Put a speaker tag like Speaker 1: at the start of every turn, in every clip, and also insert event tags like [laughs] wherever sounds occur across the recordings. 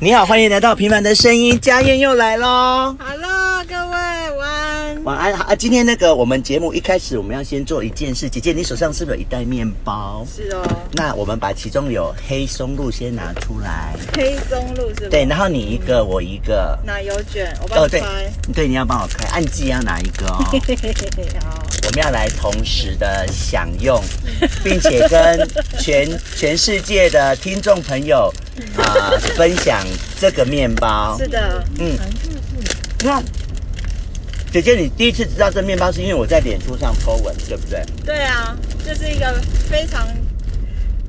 Speaker 1: 你好，欢迎来到《平凡的声音》，家燕又来喽。
Speaker 2: Hello，各位晚安。
Speaker 1: 晚安好啊！今天那个我们节目一开始，我们要先做一件事。姐姐，你手上是不是有一袋面包？
Speaker 2: 是哦，
Speaker 1: 那我们把其中有黑松露先拿出来，
Speaker 2: 黑松露是吧？
Speaker 1: 对，，然后你一个，我一个。
Speaker 2: 奶油卷，我帮你
Speaker 1: 对
Speaker 2: 拍。，
Speaker 1: 对，你要帮我开，按记要拿一个哦。
Speaker 2: 嘿嘿嘿嘿，好，
Speaker 1: 我们要来同时的享用，并且跟全全世界的听众朋友啊、分享这个面包
Speaker 2: 是。的，
Speaker 1: 嗯，那姐姐，你第一次知道这面包是因为我在脸书上 po 文，对不对？
Speaker 2: 对啊，这是一个非常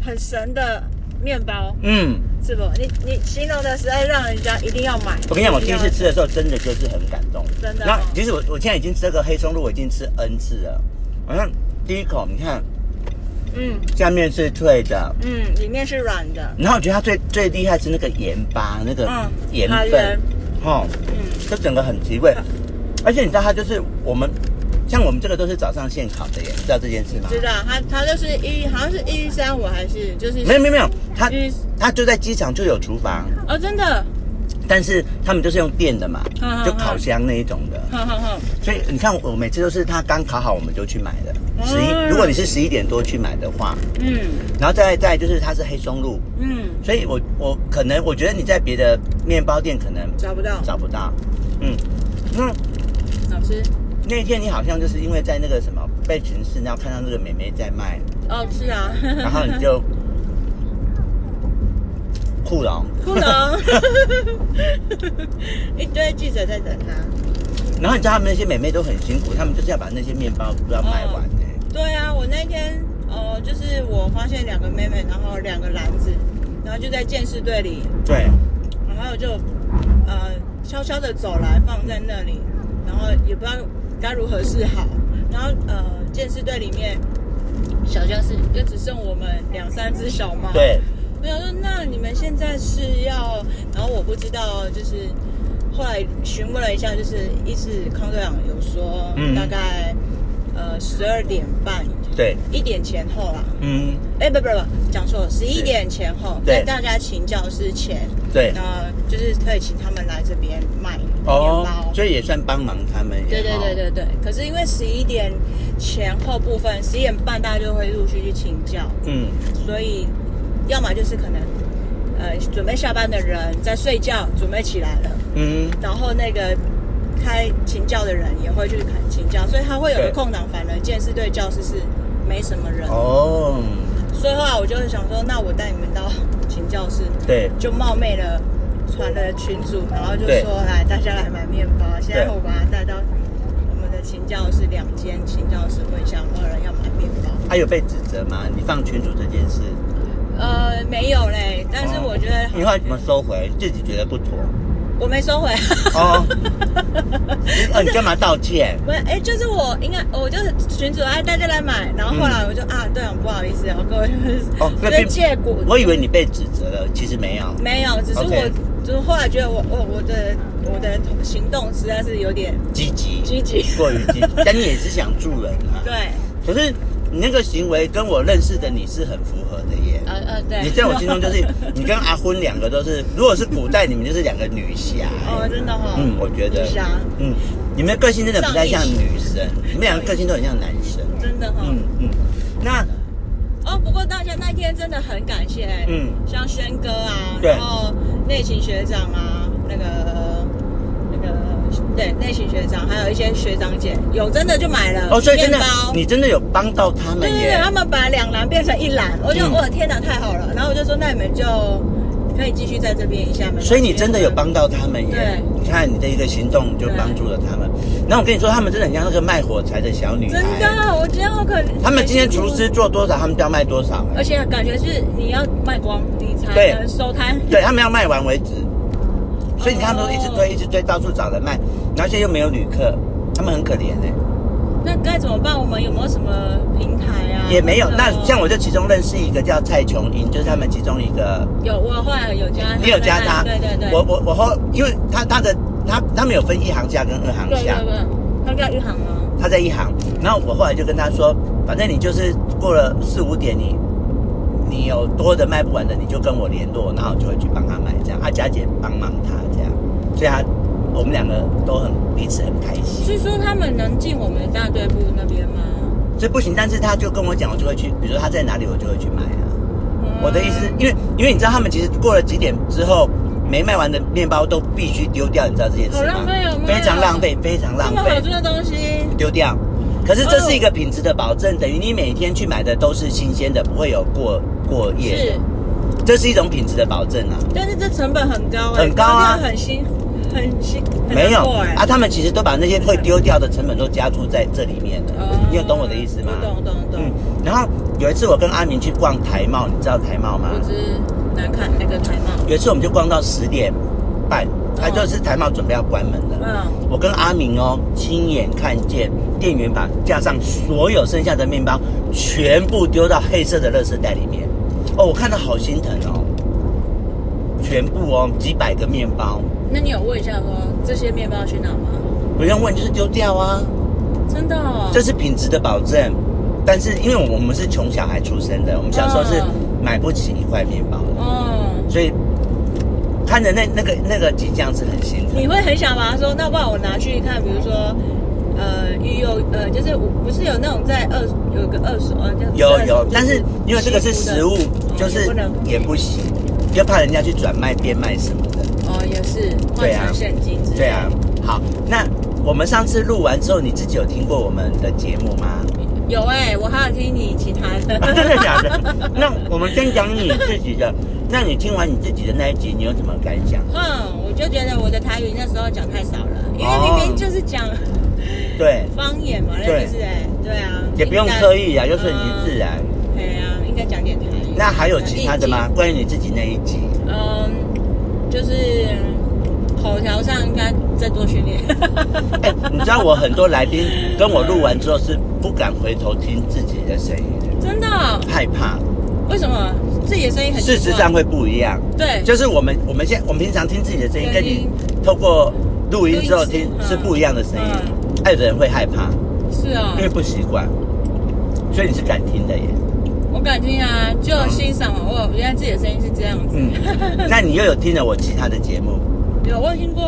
Speaker 2: 很神的面包，
Speaker 1: 嗯，
Speaker 2: 是不？你你形容的实在让人家一定要买。
Speaker 1: 我跟你讲，我第一次
Speaker 2: 定
Speaker 1: 吃的时候真的就是很感动。
Speaker 2: 真的哦
Speaker 1: 那其实我我现在已经吃这个黑松露，我已经吃 N 次了。好像第一口，你看
Speaker 2: 要买，嗯
Speaker 1: 下面是脆的，
Speaker 2: 嗯，里面是软的，
Speaker 1: 然后我觉得它最最厉害是那个盐巴，那个
Speaker 2: 嗯
Speaker 1: 盐
Speaker 2: 海
Speaker 1: 分
Speaker 2: 盐，
Speaker 1: 哦，
Speaker 2: 嗯，
Speaker 1: 就整个很奇怪。而且你知道它就是我们，像我们这个都是早上现烤的耶，你知道这件事吗？
Speaker 2: 知道它它就是一好像是一三五还是就是
Speaker 1: 没有没有没有，它
Speaker 2: 嗯
Speaker 1: 它就在机场就有厨房，
Speaker 2: 哦，真的， [laughs]
Speaker 1: 但是他们就是用电的嘛
Speaker 2: 嗯，嗯
Speaker 1: 就烤箱那一种的。
Speaker 2: 哼哼哼，
Speaker 1: 所以你看，我每次都是它刚烤好我们就去买的。
Speaker 2: 嗯
Speaker 1: 十一，如果你是十一点多去买的话，
Speaker 2: 嗯
Speaker 1: 然后再再就是它是黑松露，
Speaker 2: 嗯，
Speaker 1: 所以我我可能我觉得你在别的面包店可能
Speaker 2: 找不到，
Speaker 1: 找不到。嗯，那
Speaker 2: 好吃。
Speaker 1: 那天你好像就是因为在那个什么被巡视，然后看到那个美眉在
Speaker 2: [laughs]
Speaker 1: 卖，
Speaker 2: 哦，是啊。
Speaker 1: 然后你就酷龙，
Speaker 2: 不 [laughs] 能，一堆记者在等他。
Speaker 1: 然后你知道他们那些美眉都很辛苦，他们就是要把那些面包都要卖完欸呢、
Speaker 2: 对啊，我那天哦，就是我发现两个妹妹，然后两个篮子，然后就在监视队里，
Speaker 1: 对，
Speaker 2: 然后就呃悄悄的走来放在那里，然后也不知道该如何是好。然后呃，监视队里面小僵尸就只剩我们两三只小猫。
Speaker 1: 对，
Speaker 2: 我想说，那你们现在是要？然后我不知道，就是后来询问了一下，就是一是康队长有说，
Speaker 1: 嗯
Speaker 2: 大概呃十二点半，
Speaker 1: 对，
Speaker 2: 一点前后啦。
Speaker 1: 嗯，
Speaker 2: 哎，不不不，讲错了，十一点前后，
Speaker 1: 对
Speaker 2: 在大家请教室前，
Speaker 1: 对，
Speaker 2: 呃，就是可以请他们来这边卖面
Speaker 1: 哦
Speaker 2: 包，。
Speaker 1: 所以也算帮忙他们。
Speaker 2: 对对对。对对，可是因为十一点前后部分，十一点半大家就会陆续去请教，
Speaker 1: 嗯，
Speaker 2: 所以要么就是可能呃准备下班的人在睡觉，准备起来了，
Speaker 1: 嗯，
Speaker 2: 然后那个开请教的人也会去开请教，所以他会有个
Speaker 1: 对
Speaker 2: 空档，反而监视对教室是没什么人，
Speaker 1: 哦，
Speaker 2: 所以后来我就想说，那我带你们到请教室，
Speaker 1: 对，
Speaker 2: 就冒昧了传了群主，然后就
Speaker 1: 对
Speaker 2: 说来大家来买面包，现在
Speaker 1: 对
Speaker 2: 我把他带到。我们的请教室两间请教室问一下有没有人要买面包。
Speaker 1: 他、有被指责吗？你放群主这件事，
Speaker 2: 呃，没有嘞，但
Speaker 1: 哦
Speaker 2: 是我觉得好
Speaker 1: 你后来怎么收回？自己觉得不妥。
Speaker 2: 我没收回。 [laughs]
Speaker 1: 哦，哦，你干嘛道歉？
Speaker 2: 我哎、就是我应该，我就是群主哎，大家来买，然后后来我就、啊，对啊，不好意思哦，各位就是
Speaker 1: 嗯
Speaker 2: [laughs]
Speaker 1: 哦那
Speaker 2: 就是
Speaker 1: 并
Speaker 2: 借果，
Speaker 1: 我以为你被指责了，其实没有。
Speaker 2: 没有，只是我
Speaker 1: OK
Speaker 2: 就是后来觉得我我我的我的行动实在是有点
Speaker 1: 积极，
Speaker 2: 积极，
Speaker 1: 过于积极，但你也是想助人啊。。
Speaker 2: [laughs] 对，
Speaker 1: 可是你那个行为跟我认识的你是很符合的耶。
Speaker 2: 呃呃对，
Speaker 1: 你在我心中
Speaker 2: [laughs]
Speaker 1: 就是你跟阿昏两个都是，如果是古代，你们就是两个女侠。
Speaker 2: 哦，真的哈、哦，
Speaker 1: 嗯，我觉得
Speaker 2: 女侠，
Speaker 1: 嗯，你们的个性真的不太像女生，你们两个个性都很像男生。
Speaker 2: 真的哈、哦
Speaker 1: 嗯嗯，那
Speaker 2: 哦，不过大家那天真的很感谢、
Speaker 1: 嗯
Speaker 2: 像轩哥啊，
Speaker 1: 对
Speaker 2: 然后内勤学长啊，那个那个对内勤学长，还有一些学长姐，有真的就买了
Speaker 1: 哦，所以真的
Speaker 2: 面包
Speaker 1: 你真的有帮到他们
Speaker 2: 对对对，
Speaker 1: 耶
Speaker 2: 他。们把两篮变成一篮，我就
Speaker 1: 嗯
Speaker 2: 我的天哪，太好了！然后我就说，那你们就可以继续在这边一下没关系
Speaker 1: 所以你真的有帮到他们耶
Speaker 2: 对！
Speaker 1: 你看你的一个行动就帮助了他们。然后我跟你说，他们真的很像那个卖火柴的小女孩
Speaker 2: 真。的，我觉得好可怜。
Speaker 1: 他们今天厨师，做多少，他们就要卖多少。
Speaker 2: 而且感觉是你要卖光，你才
Speaker 1: 对
Speaker 2: 能收摊。
Speaker 1: 对他们要卖完为止。所以你看，他们都一
Speaker 2: 哦
Speaker 1: 直推，一直推，到处找人卖，然后现在又没有旅客，他们很可怜呢、欸
Speaker 2: 那该怎么办？我们有没有什么平台啊？
Speaker 1: 也没有。
Speaker 2: 或者
Speaker 1: 那像我就其中认识一个叫蔡琼英，就是他们其中一个，
Speaker 2: 有我后来有加，
Speaker 1: 你有加他？
Speaker 2: 嗯对对对，
Speaker 1: 我我我后，因为他他的他他们有分一行下跟二行
Speaker 2: 对对
Speaker 1: 下，
Speaker 2: 对，他叫玉行吗？
Speaker 1: 他在一行。然后我后来就跟他说，反正你就是过了四五点你。你有多的卖不完的，你就跟我联络，然后我就会去帮他买，这样啊，佳姐帮忙他这样，所以他我们两个都很彼此很开心。
Speaker 2: 是说他们能进我们的大队部那边吗？
Speaker 1: 所以不行，但是他就跟我讲，我就会去，比如说他在哪里，我就会去买啊。
Speaker 2: 嗯
Speaker 1: 我的意思是，因为因为你知道他们其实过了几点之后，没卖完的面包都必须丢掉，你知道这件事
Speaker 2: 好
Speaker 1: 吗？
Speaker 2: 浪费哦
Speaker 1: 非常浪费，非常
Speaker 2: 这
Speaker 1: 浪
Speaker 2: 么好
Speaker 1: 费
Speaker 2: 吃，的东西，
Speaker 1: 丢掉。可是这是一个品质的保证，等于你每天去买的都是新鲜的，不会有过过夜的。
Speaker 2: 是，
Speaker 1: 这是一种品质的保证啊。
Speaker 2: 但是这成本很高哎、
Speaker 1: 很高啊
Speaker 2: 丢掉很辛，很辛，很
Speaker 1: 没有
Speaker 2: 难过哎、
Speaker 1: 啊，他们其实都把那些会丢掉的成本都加注在这里面的
Speaker 2: 哦，
Speaker 1: 你有懂我的意思吗？
Speaker 2: 我懂懂懂
Speaker 1: 嗯，然后有一次我跟阿明去逛台贸，你知道台贸吗？
Speaker 2: 我只难看那个台帽，
Speaker 1: 有一次我们就逛到十点半，他
Speaker 2: 哦
Speaker 1: 就是台贸准备要关门了。
Speaker 2: 嗯，
Speaker 1: 我跟阿明哦，亲眼看见店员把架上所有剩下的面包全部丢到黑色的垃圾袋里面。哦，我看到好心疼哦，全部哦，几百个面包，
Speaker 2: 那你有问一下说这些面包去哪吗？
Speaker 1: 不用问就是丢掉啊。
Speaker 2: 嗯真的、哦，
Speaker 1: 这是品质的保证。但是因为我们是穷小孩出身的，我们小时候是
Speaker 2: 嗯
Speaker 1: 买不起一块面包的，
Speaker 2: 嗯，
Speaker 1: 所以看着那那个那个景象是很心疼。
Speaker 2: 你会很想把它说，那不然我拿去看，比如说。呃，育幼呃，就是我不是有那种在二有一个二手呃，叫
Speaker 1: 有
Speaker 2: 二手
Speaker 1: 有
Speaker 2: 就，
Speaker 1: 但是因为这个是
Speaker 2: 西服的
Speaker 1: 食物，就
Speaker 2: 哦也
Speaker 1: 是
Speaker 2: 不能
Speaker 1: 也不行，又怕人家去转卖变卖什么的。
Speaker 2: 哦，也是换
Speaker 1: 对啊
Speaker 2: 成现金之类的
Speaker 1: 对啊，好，那我们上次录完之后，你自己有听过我们的节目
Speaker 2: [laughs]
Speaker 1: 吗？。
Speaker 2: 有哎、我还有听你其他的
Speaker 1: [laughs] 真的假的？那我们先讲你自己的，那你听完你自己的那一集，你有什么感想？
Speaker 2: 嗯，我就觉得我的台语那时候讲太少了，因为明明就是讲
Speaker 1: 哦对，
Speaker 2: 方言嘛，那就是哎、对啊，
Speaker 1: 也不用
Speaker 2: 应该
Speaker 1: 刻意啊，就顺其自。然。
Speaker 2: 嗯对啊，应该讲点台语。
Speaker 1: 那还有其他的吗？关于你自己那一集，
Speaker 2: 嗯，就是口条上应该再多训
Speaker 1: [laughs]
Speaker 2: 练。
Speaker 1: 哎、你知道我很多来宾跟我录完之后是不敢回头听自己的声音的，
Speaker 2: 真的哦、
Speaker 1: 害怕。
Speaker 2: 为什么自己的声音很奇怪？
Speaker 1: 事实上会不一样，
Speaker 2: 对，
Speaker 1: 就是我们我们现在我们平常听自己的声音，
Speaker 2: 声
Speaker 1: 跟
Speaker 2: 音
Speaker 1: 你透过录音之后听
Speaker 2: 录音室
Speaker 1: 是不一样的声音
Speaker 2: 嗯。
Speaker 1: 爱的人会害怕，
Speaker 2: 是啊、
Speaker 1: 因为不习惯，所以你是敢听的耶。
Speaker 2: 我敢听啊，就欣赏嘛。我原来自己的声音是这样子。
Speaker 1: 嗯，
Speaker 2: [laughs]
Speaker 1: 那你又有听了我其他的节目
Speaker 2: 有，我有听过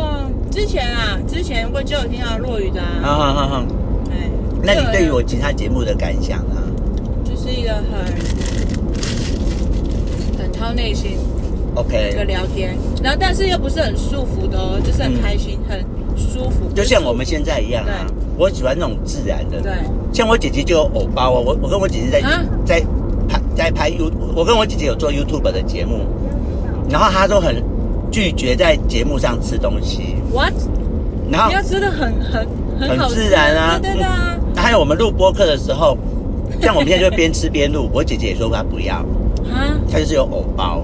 Speaker 2: 之前啊，之前我就有听到落雨的
Speaker 1: 啊？
Speaker 2: 啊。
Speaker 1: 哈哈哈。
Speaker 2: 哎，
Speaker 1: 那你对于
Speaker 2: 这个
Speaker 1: 我其他节目的感想啊呢？
Speaker 2: 就是一个很很掏内心
Speaker 1: OK，
Speaker 2: 一个聊天，然后但是又不是很束缚的哦，就是很开心、很舒服。
Speaker 1: 就像我们现在一样啊
Speaker 2: 对，
Speaker 1: 我喜欢那种自然的。
Speaker 2: 对，
Speaker 1: 像我姐姐就有偶包啊，我我跟我姐姐在、
Speaker 2: 啊
Speaker 1: 在拍在拍 U，我跟我姐姐有做 YouTube 的节目，然后她都很拒绝在节目上吃东西，
Speaker 2: what
Speaker 1: 然后
Speaker 2: 你要吃的很很很好吃
Speaker 1: 自然啊，
Speaker 2: 对对对啊，
Speaker 1: 嗯还有我们录播客的时候，像我们现在就边吃边录，我姐姐也说她不要，
Speaker 2: 啊，
Speaker 1: 她就是有偶包，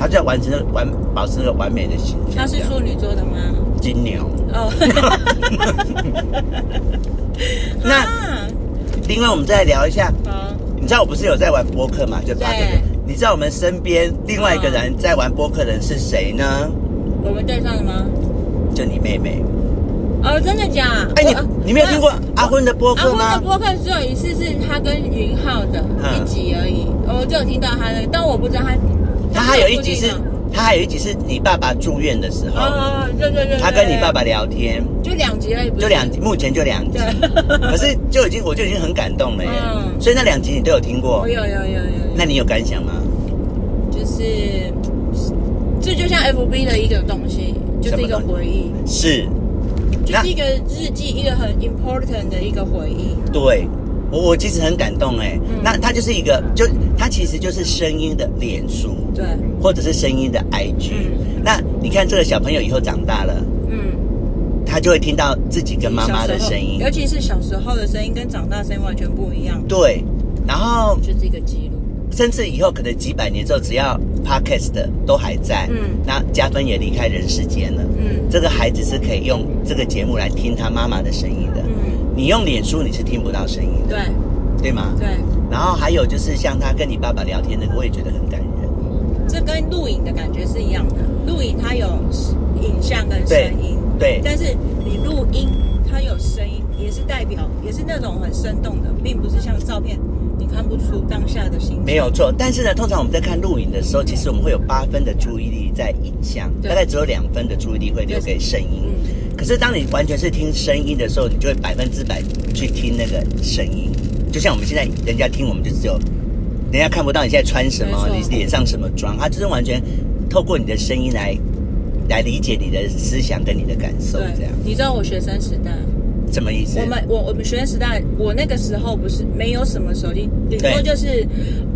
Speaker 1: 她就要完成完保持那个完美的形象。
Speaker 2: 他嗯是
Speaker 1: 这样
Speaker 2: 处女座的吗？
Speaker 1: 金牛。
Speaker 2: 哦，
Speaker 1: 那
Speaker 2: 啊
Speaker 1: 另外我们再聊一下
Speaker 2: 好，
Speaker 1: 你知道我不是有在玩播客嘛？就八个人
Speaker 2: 对。
Speaker 1: 你知道我们身边另外一个人在玩播客的人是谁呢？
Speaker 2: 我们对上了吗？
Speaker 1: 就你妹妹。
Speaker 2: 哦，真的假？
Speaker 1: 哎，
Speaker 2: 我
Speaker 1: 你你没有听过阿昏的播
Speaker 2: 阿
Speaker 1: 客
Speaker 2: 坤啊的
Speaker 1: 吗？
Speaker 2: 播客只有一次是他跟云浩的
Speaker 1: 嗯啊
Speaker 2: 一集而已，我就有听到他的，但我不知道他。
Speaker 1: 他还有一集
Speaker 2: 他
Speaker 1: 是
Speaker 2: 有固定的，
Speaker 1: 他还有一集是你爸爸住院的时候，
Speaker 2: 哦，对对对，对
Speaker 1: 他跟你爸爸聊天，
Speaker 2: 就两集而已，不是
Speaker 1: 就两集，目前就两集，[laughs]
Speaker 2: 对，
Speaker 1: 可是就已经我就已经很感动了耶。
Speaker 2: 嗯
Speaker 1: 所以那两集你都有听过
Speaker 2: 我， [laughs] 有有有有
Speaker 1: 那你有感想吗？
Speaker 2: 有，就是这就像 FB 的一个东西，就是一个
Speaker 1: 什么东
Speaker 2: 回忆，
Speaker 1: 是，
Speaker 2: 就
Speaker 1: 那
Speaker 2: 是一个日记，一个很 important 的一个回忆。
Speaker 1: 对，我我其实很感动哎。
Speaker 2: 嗯
Speaker 1: 那他就是一个，就他其实就是声音的脸书。
Speaker 2: 对，
Speaker 1: 或者是声音的 IG、
Speaker 2: 嗯
Speaker 1: 那你看这个小朋友以后长大了，
Speaker 2: 嗯，
Speaker 1: 他就会听到自己跟妈妈的
Speaker 2: 小时候
Speaker 1: 声音
Speaker 2: 尤，其是小时候的声音跟长大声音完全不一样，
Speaker 1: 对。然后
Speaker 2: 就是一个记录。
Speaker 1: 甚至以后可能几百年之后，只要 Podcast 的都还在，
Speaker 2: 嗯
Speaker 1: 那嘉芬也离开人世间了，
Speaker 2: 嗯
Speaker 1: 这个孩子是可以用这个节目来听他妈妈的声音的。
Speaker 2: 嗯，
Speaker 1: 你用脸书你是听不到声音的，
Speaker 2: 对
Speaker 1: 对吗？
Speaker 2: 对。
Speaker 1: 然后还有就是像他跟你爸爸聊天那个，我也觉得很感人。
Speaker 2: 这跟录影的感觉是一样的。录影它有影像跟声音，
Speaker 1: 对对
Speaker 2: 但是你录音它有声音，也是代表，也是那种很生动的，并不是像照片，你看不出当下的心情。
Speaker 1: 没有错，但是呢，通常我们在看录影的时候，其实我们会有八分的注意力在影像，
Speaker 2: 对嗯
Speaker 1: 大概只有两分的注意力会留给声音。可是当你完全是听声音的时候，你就会百分之百去听那个声音。就像我们现在人家听，我们就只有人家看不到你现在穿什么，
Speaker 2: 没
Speaker 1: 你
Speaker 2: 错
Speaker 1: 脸上什么妆，他就是完全透过你的声音来来理解你的思想跟你的感受，这
Speaker 2: 对
Speaker 1: 样，
Speaker 2: 你知道我学生时代，
Speaker 1: 什么意思？
Speaker 2: 我们我我们学生时代，我那个时候不是没有什么手机，顶多
Speaker 1: 对
Speaker 2: 就是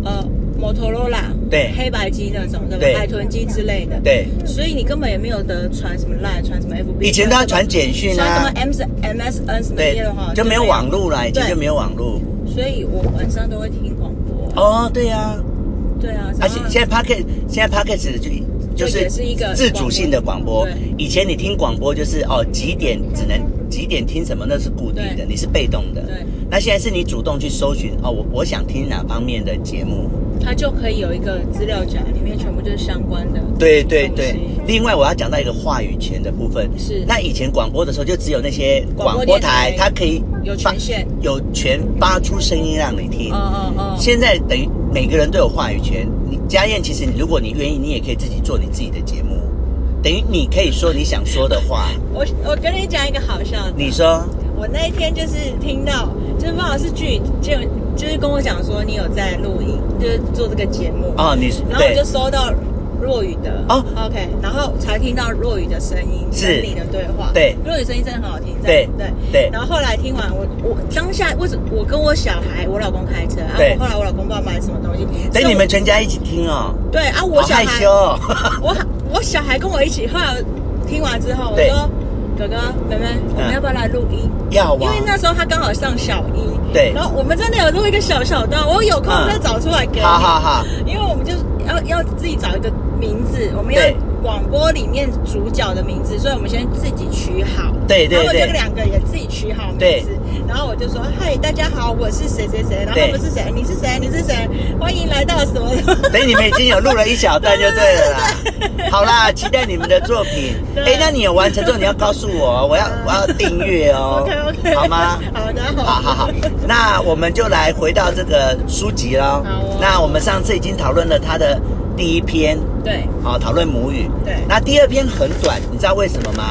Speaker 2: 呃摩托罗拉，
Speaker 1: 对
Speaker 2: 黑白机那种，对
Speaker 1: 对
Speaker 2: 吧？海豚机之类的，。
Speaker 1: 对，
Speaker 2: 所以你根本也没有得传什么 Line，传什么 FB，
Speaker 1: 以前都要传简讯
Speaker 2: 传什么
Speaker 1: 啊，
Speaker 2: M S M S N 什么
Speaker 1: 对
Speaker 2: 的的话，
Speaker 1: 就没有网络啦，以前
Speaker 2: 对
Speaker 1: 就没有网络。
Speaker 2: 所以我晚上都会听广播。
Speaker 1: 哦，对呀、啊。
Speaker 2: 对啊，
Speaker 1: 而且现在 Pocket 现在 Pocket 就就
Speaker 2: 就是也是一个
Speaker 1: 自主性的广播
Speaker 2: 广播。
Speaker 1: 以前你听广播就是哦几点只能几点听什么，那是固定的，
Speaker 2: 对
Speaker 1: 你是被动的。
Speaker 2: 对
Speaker 1: 那现在是你主动去搜寻哦，我我想听哪方面的节目。
Speaker 2: 它就可以有一个资料夹，里面全部就是相关的。
Speaker 1: 对对
Speaker 2: 东西
Speaker 1: 对。另外我要讲到一个话语权的部分。
Speaker 2: 是
Speaker 1: 那以前广播的时候就只有那些广
Speaker 2: 广播
Speaker 1: 播
Speaker 2: 电
Speaker 1: 台
Speaker 2: 台，
Speaker 1: 它可以
Speaker 2: 有
Speaker 1: 发
Speaker 2: 权限
Speaker 1: 有权发出声音让你听。
Speaker 2: 哦哦哦，
Speaker 1: 现在等于每个人都有话语权。你家燕，其实你如果你愿意，你也可以自己做你自己的节目，等于你可以说你想说的
Speaker 2: [laughs]
Speaker 1: 话。
Speaker 2: 我我跟你讲一个好笑的，
Speaker 1: 你说
Speaker 2: 我那一天就是听到，就是不知道是剧，就就是跟我讲说你有在录音，就是做这个节目，
Speaker 1: 哦，你
Speaker 2: 然后我
Speaker 1: 对
Speaker 2: 就收到若雨的
Speaker 1: 哦
Speaker 2: ，OK，然后才听到若雨的声音
Speaker 1: 是
Speaker 2: 跟你的对话，
Speaker 1: 对
Speaker 2: 若雨声音真的很好听，
Speaker 1: 对
Speaker 2: 对
Speaker 1: 对
Speaker 2: 然后后来听完我我当下为什么我跟我小孩我老公开车，啊
Speaker 1: 对
Speaker 2: 我后来我老公不知道买什么东西，所
Speaker 1: 等
Speaker 2: 以我
Speaker 1: 你们全家一起听哦。
Speaker 2: 对啊我
Speaker 1: 好
Speaker 2: 小
Speaker 1: 害
Speaker 2: 孩
Speaker 1: 羞哦，
Speaker 2: [laughs] 我我小孩跟我一起，后来听完之后，我
Speaker 1: 对
Speaker 2: 说哥哥妹妹，我们要不要来录音？
Speaker 1: 要啊
Speaker 2: 因
Speaker 1: 哇
Speaker 2: 为，那时候他刚好上小一，
Speaker 1: 对
Speaker 2: 然后我们真的有录一个小小段，我有空
Speaker 1: 嗯
Speaker 2: 再找出来给你，
Speaker 1: 好好好，
Speaker 2: 因为我们就是要要自己找一个名字，我们要
Speaker 1: 对
Speaker 2: 广播里面主角的名字，所以我们先自己取好。
Speaker 1: 对对
Speaker 2: 然后我
Speaker 1: 对
Speaker 2: 就两个也自己取好
Speaker 1: 对
Speaker 2: 名字，然后我就说：“嗨，大家好，我是谁谁谁，然后
Speaker 1: 对
Speaker 2: 我们是谁，你是谁，你是谁，欢迎来到什么什么。”
Speaker 1: 等于你们已经有录了一小段就对了
Speaker 2: [laughs]
Speaker 1: 啦。好啦，期待你们的作品。
Speaker 2: 对
Speaker 1: 哎，那你有完成之后你要告诉我哦，我要
Speaker 2: [laughs]
Speaker 1: 我要订阅哦
Speaker 2: OK OK，
Speaker 1: 好吗？
Speaker 2: [laughs] 好的，
Speaker 1: 好好好，那我们就来回到这个书籍喽。
Speaker 2: 好哦
Speaker 1: 那我们上次已经讨论了它的第一篇，
Speaker 2: 对，
Speaker 1: 好，讨论母语。
Speaker 2: 对
Speaker 1: 那第二篇很短，你知道为什么
Speaker 2: [laughs]
Speaker 1: 吗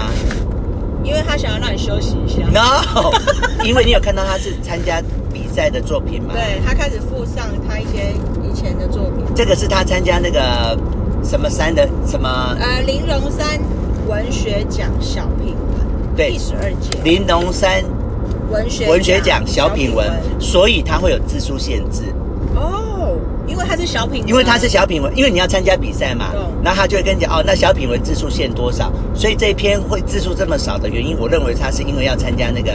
Speaker 2: 因为他想要让你休息一下。
Speaker 1: ？No，因为你有看到他是参加比赛的作品嘛？。
Speaker 2: 对他开始附上他一些以前的作品，
Speaker 1: 这个是他参加那个什么山的什么
Speaker 2: 呃，玲珑山文学奖小品文，
Speaker 1: 对
Speaker 2: 第十二届
Speaker 1: 玲珑山
Speaker 2: 文学
Speaker 1: 文学奖小品文，所以他会有字数限制。
Speaker 2: 哦，因为他是小品文，
Speaker 1: 因为他是小品文，因为你要参加比赛嘛
Speaker 2: 懂，
Speaker 1: 然后他就会跟你讲哦，那小品文字数限多少？所以这一篇会字数这么少的原因，我认为他是因为要参加那个，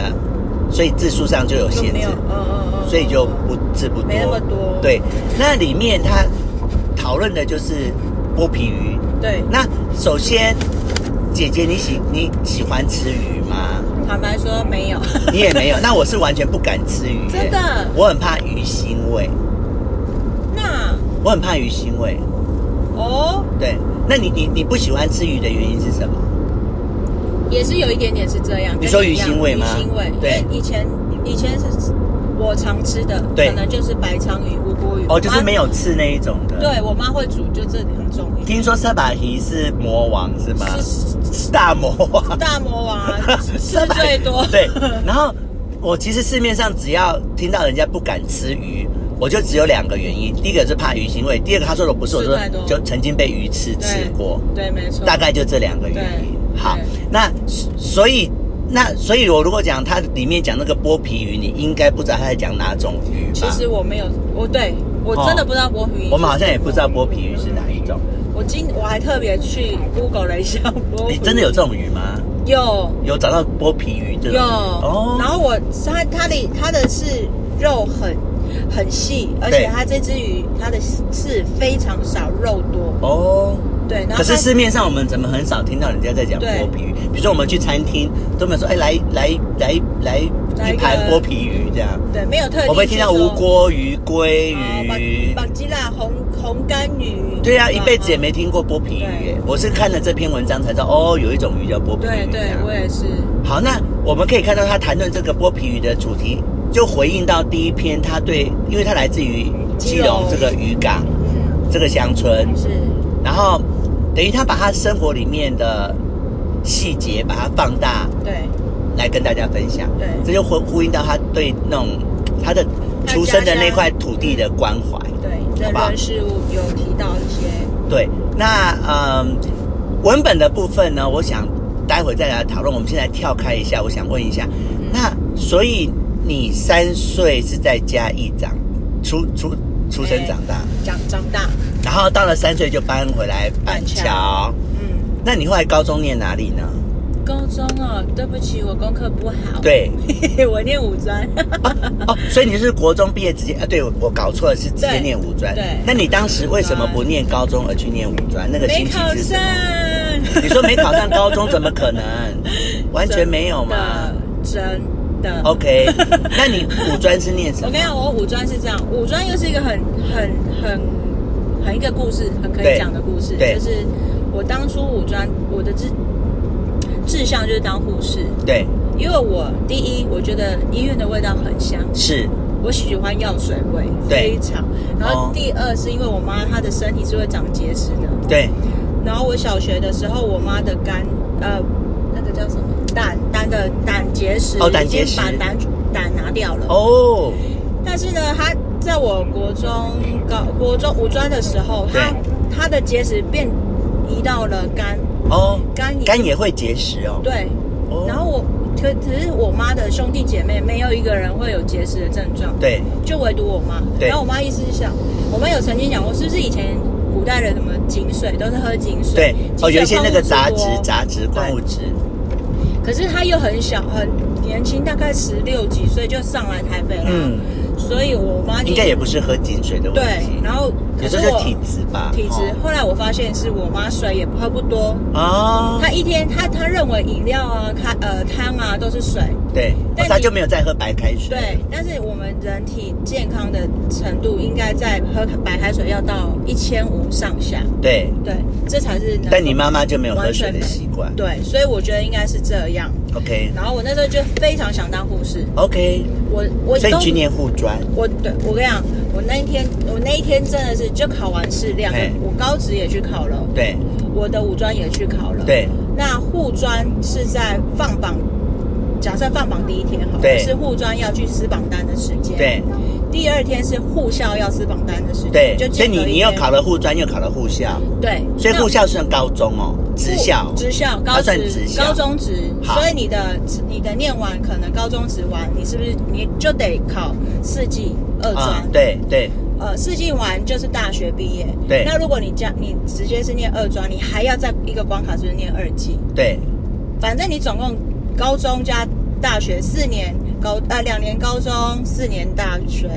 Speaker 1: 所以字数上就有
Speaker 2: 就
Speaker 1: 限
Speaker 2: 没
Speaker 1: 制
Speaker 2: 有，，嗯嗯嗯，
Speaker 1: 所以就不字不多，
Speaker 2: 没那么多
Speaker 1: 对，那里面他讨论的就是剥皮鱼。
Speaker 2: 对。
Speaker 1: 那首先，姐姐你喜你喜欢吃鱼
Speaker 2: [laughs]
Speaker 1: 吗？
Speaker 2: 坦白说没有，
Speaker 1: 你也没有，那我是完全不敢吃鱼，
Speaker 2: 真的
Speaker 1: 我很怕鱼腥味，
Speaker 2: 那
Speaker 1: 我很怕鱼腥味。
Speaker 2: 哦
Speaker 1: 对，那你你你不喜欢吃鱼的原因是什么？
Speaker 2: 也是有一点点是这样。
Speaker 1: 你说
Speaker 2: 跟一样
Speaker 1: 鱼腥味吗
Speaker 2: 鱼腥味，
Speaker 1: 对
Speaker 2: 因为以前以前是我常吃的，
Speaker 1: 对
Speaker 2: 可能就是白鲳鱼、乌龟鱼，
Speaker 1: 哦，就是没
Speaker 2: 有。
Speaker 1: 有刺那一种的。，
Speaker 2: 啊对我妈会煮，就这里很重
Speaker 1: [laughs]
Speaker 2: 要。
Speaker 1: 听说塞巴提是魔王是吗？
Speaker 2: 是
Speaker 1: 大魔王，。
Speaker 2: 大魔王啊， [laughs] 吃最多
Speaker 1: [laughs] 对，然后我其实市面上只要听到人家不敢吃鱼，我就只有两个原因，第一个是怕鱼腥味，第二个他说的不是我
Speaker 2: 吃
Speaker 1: 说
Speaker 2: 太多
Speaker 1: 就曾经被鱼刺刺过，
Speaker 2: [laughs] 对，没错。
Speaker 1: 大概就这两个原因。
Speaker 2: 对
Speaker 1: 好
Speaker 2: 对，
Speaker 1: 那所以。那所以，我如果讲它里面讲那个剥皮鱼，你应该不知道他在讲哪种鱼吧？
Speaker 2: 其实我没有，我对我真的不知道剥皮鱼。
Speaker 1: 哦我们好像也不知道剥皮鱼是哪一种。
Speaker 2: 我今我还特别去 Google 了一下剥皮
Speaker 1: 你
Speaker 2: 鱼。
Speaker 1: 哎真的有这种鱼吗？
Speaker 2: 有
Speaker 1: 有找到剥皮鱼这种鱼？
Speaker 2: 有？
Speaker 1: 哦，
Speaker 2: 然后我它它的它的是肉很很细，而
Speaker 1: 对
Speaker 2: 且它这只鱼它的刺非常少，肉多。
Speaker 1: 哦。
Speaker 2: 对，然后
Speaker 1: 可是
Speaker 2: 它
Speaker 1: 市面上我们怎么很少听到人家在讲剥皮鱼？比如说我们去餐厅，都没有说哎来来来来
Speaker 2: 来
Speaker 1: 一
Speaker 2: 一个
Speaker 1: 盘剥皮鱼这样。
Speaker 2: 对没有特地
Speaker 1: 我们听到
Speaker 2: 去说
Speaker 1: 无锅鱼、鲑
Speaker 2: 哦把
Speaker 1: 鱼，
Speaker 2: 把鸡啦红红干鱼。
Speaker 1: 对啊，一辈子也
Speaker 2: 没。
Speaker 1: 没听过剥皮鱼
Speaker 2: 对
Speaker 1: 耶。我是看了这篇文章才知道，哦，有一种鱼叫剥皮鱼。啊
Speaker 2: 对
Speaker 1: 这
Speaker 2: 对
Speaker 1: 样，
Speaker 2: 我也是。
Speaker 1: 好，那我们可以看到他谈论这个剥皮鱼的主题就回应到第一篇，他对，因为他来自于基隆
Speaker 2: 基隆
Speaker 1: 这个渔港
Speaker 2: 嗯，
Speaker 1: 这个乡村，
Speaker 2: 是
Speaker 1: 然后等于他把他生活里面的细节把它放大
Speaker 2: 对
Speaker 1: 来跟大家分享，
Speaker 2: 对
Speaker 1: 这就呼呼应到他对那种他的
Speaker 2: 他
Speaker 1: 出生的
Speaker 2: 家乡
Speaker 1: 那块土地的关怀。
Speaker 2: 对，
Speaker 1: 好
Speaker 2: 人
Speaker 1: 吧
Speaker 2: 人事物有提到一些，
Speaker 1: 对，那嗯，文本的部分呢，我想待会再来讨论。我们现在跳开一下，我想问一下，
Speaker 2: 嗯
Speaker 1: 那所以你三岁是在嘉义长出出出生长大，
Speaker 2: 哎长长大，
Speaker 1: 然后到了三岁就搬回来板
Speaker 2: 板桥
Speaker 1: 桥。
Speaker 2: 嗯，
Speaker 1: 那你后来高中念哪里呢？
Speaker 2: 高中哦，对不起，我功课不好，，
Speaker 1: 对，
Speaker 2: [laughs] 我念五专，
Speaker 1: 哦，所以你是国中毕业直接啊？对，我我搞错了，是直接
Speaker 2: 对
Speaker 1: 念五专。
Speaker 2: 对
Speaker 1: 那你当时为什么不念高中而去念五专？那个
Speaker 2: 没
Speaker 1: 心情
Speaker 2: 考
Speaker 1: 是什
Speaker 2: 上
Speaker 1: 么？， [laughs] 你说没考上高中，怎么可能？完全没有嘛。
Speaker 2: 真的，真的
Speaker 1: OK，那你五专是念什
Speaker 2: 我
Speaker 1: 么
Speaker 2: 跟？你讲，我五专是这样，五专又是一个很很很很一个故事，很可
Speaker 1: 对
Speaker 2: 以讲的故事。
Speaker 1: 对
Speaker 2: 就是我当初五专，我的志志向就是当护士，
Speaker 1: 对，
Speaker 2: 因为我第一，我觉得医院的味道很香，
Speaker 1: 是
Speaker 2: 我喜欢药水味，
Speaker 1: 对
Speaker 2: 非常。然
Speaker 1: 哦
Speaker 2: 后第二是因为我妈她的身体是会长结石的，
Speaker 1: 对，
Speaker 2: 然后我小学的时候，我妈的肝呃那个叫什么胆胆的胆结石，
Speaker 1: 哦胆结石
Speaker 2: 已经把胆胆拿掉了。
Speaker 1: 哦，
Speaker 2: 但是呢，他在我国中高国中五专的时候，他他的结石变移到了肝，
Speaker 1: 哦，
Speaker 2: 肝炎
Speaker 1: 肝也会结石哦。
Speaker 2: 对。
Speaker 1: 哦
Speaker 2: 然后我可可是我妈的兄弟姐妹没有一个人会有结石的症状，，
Speaker 1: 对
Speaker 2: 就唯独我妈。
Speaker 1: 对
Speaker 2: 然后我妈意思是想，我妈有曾经讲过，是不是以前古代人什么井水都是喝井水
Speaker 1: 对，，哦，
Speaker 2: 井水
Speaker 1: 有一些那个
Speaker 2: 矿
Speaker 1: 杂
Speaker 2: 物
Speaker 1: 质
Speaker 2: 质多、
Speaker 1: 杂质、矿物质，
Speaker 2: 可是他又很小，很年轻，大概十六几岁就上来台北了，
Speaker 1: 嗯，
Speaker 2: 所以我妈就
Speaker 1: 应该也不是喝井水的问
Speaker 2: 对
Speaker 1: 题，。
Speaker 2: 然后可
Speaker 1: 有时
Speaker 2: 是
Speaker 1: 候就
Speaker 2: 我
Speaker 1: 体质吧，
Speaker 2: 体质。
Speaker 1: 哦
Speaker 2: 后来我发现是我妈水也喝不多，
Speaker 1: 哦，
Speaker 2: 她一天她她认为饮料啊、开呃汤啊都是水，
Speaker 1: 对，哦
Speaker 2: 但
Speaker 1: 他
Speaker 2: 你
Speaker 1: 就没有再喝白开水。
Speaker 2: 对。但是我们人体健康的程度应该在喝白开水要到一千五上下，
Speaker 1: 对，
Speaker 2: 对，这才是能够。
Speaker 1: 但你妈妈就没有喝
Speaker 2: 完
Speaker 1: 水
Speaker 2: 全
Speaker 1: 的
Speaker 2: 没
Speaker 1: 习惯。
Speaker 2: 对，所以我觉得应该是这样。
Speaker 1: OK
Speaker 2: 然后我那时候就非常想当护士，
Speaker 1: OK，
Speaker 2: 我我
Speaker 1: 所以
Speaker 2: 都
Speaker 1: 你去念护专，
Speaker 2: 我对我跟你讲，我那一天我那一天真的是就考完试量
Speaker 1: 嘿，
Speaker 2: 我高职也去考了，
Speaker 1: 对
Speaker 2: 我的五专也去考了，
Speaker 1: 对
Speaker 2: 那护专是在放榜，假设放榜第一天好
Speaker 1: 对
Speaker 2: 了，是护专要去撕榜单的时间。，
Speaker 1: 对
Speaker 2: 第二天是护校要撕榜单的时间。
Speaker 1: 对，所
Speaker 2: 就
Speaker 1: 以
Speaker 2: 间隔
Speaker 1: 你
Speaker 2: 一天
Speaker 1: 你又考了护专，又考了护校，
Speaker 2: 对，
Speaker 1: 所以
Speaker 2: 那
Speaker 1: 护校算高中哦，职校
Speaker 2: 护。职校
Speaker 1: 它
Speaker 2: 高
Speaker 1: 算
Speaker 2: 职
Speaker 1: 职校
Speaker 2: 高中职，
Speaker 1: 好
Speaker 2: 所以你的你的念完可能高中职完，你是不是你就得考四季二专？
Speaker 1: 啊，对对
Speaker 2: 呃，四进完就是大学毕业。
Speaker 1: 对
Speaker 2: 那如果你加你直接是念二专，你还要在一个关卡就是念二技。
Speaker 1: 对
Speaker 2: 反正你总共高中加大学四年高呃两年高中四年大学，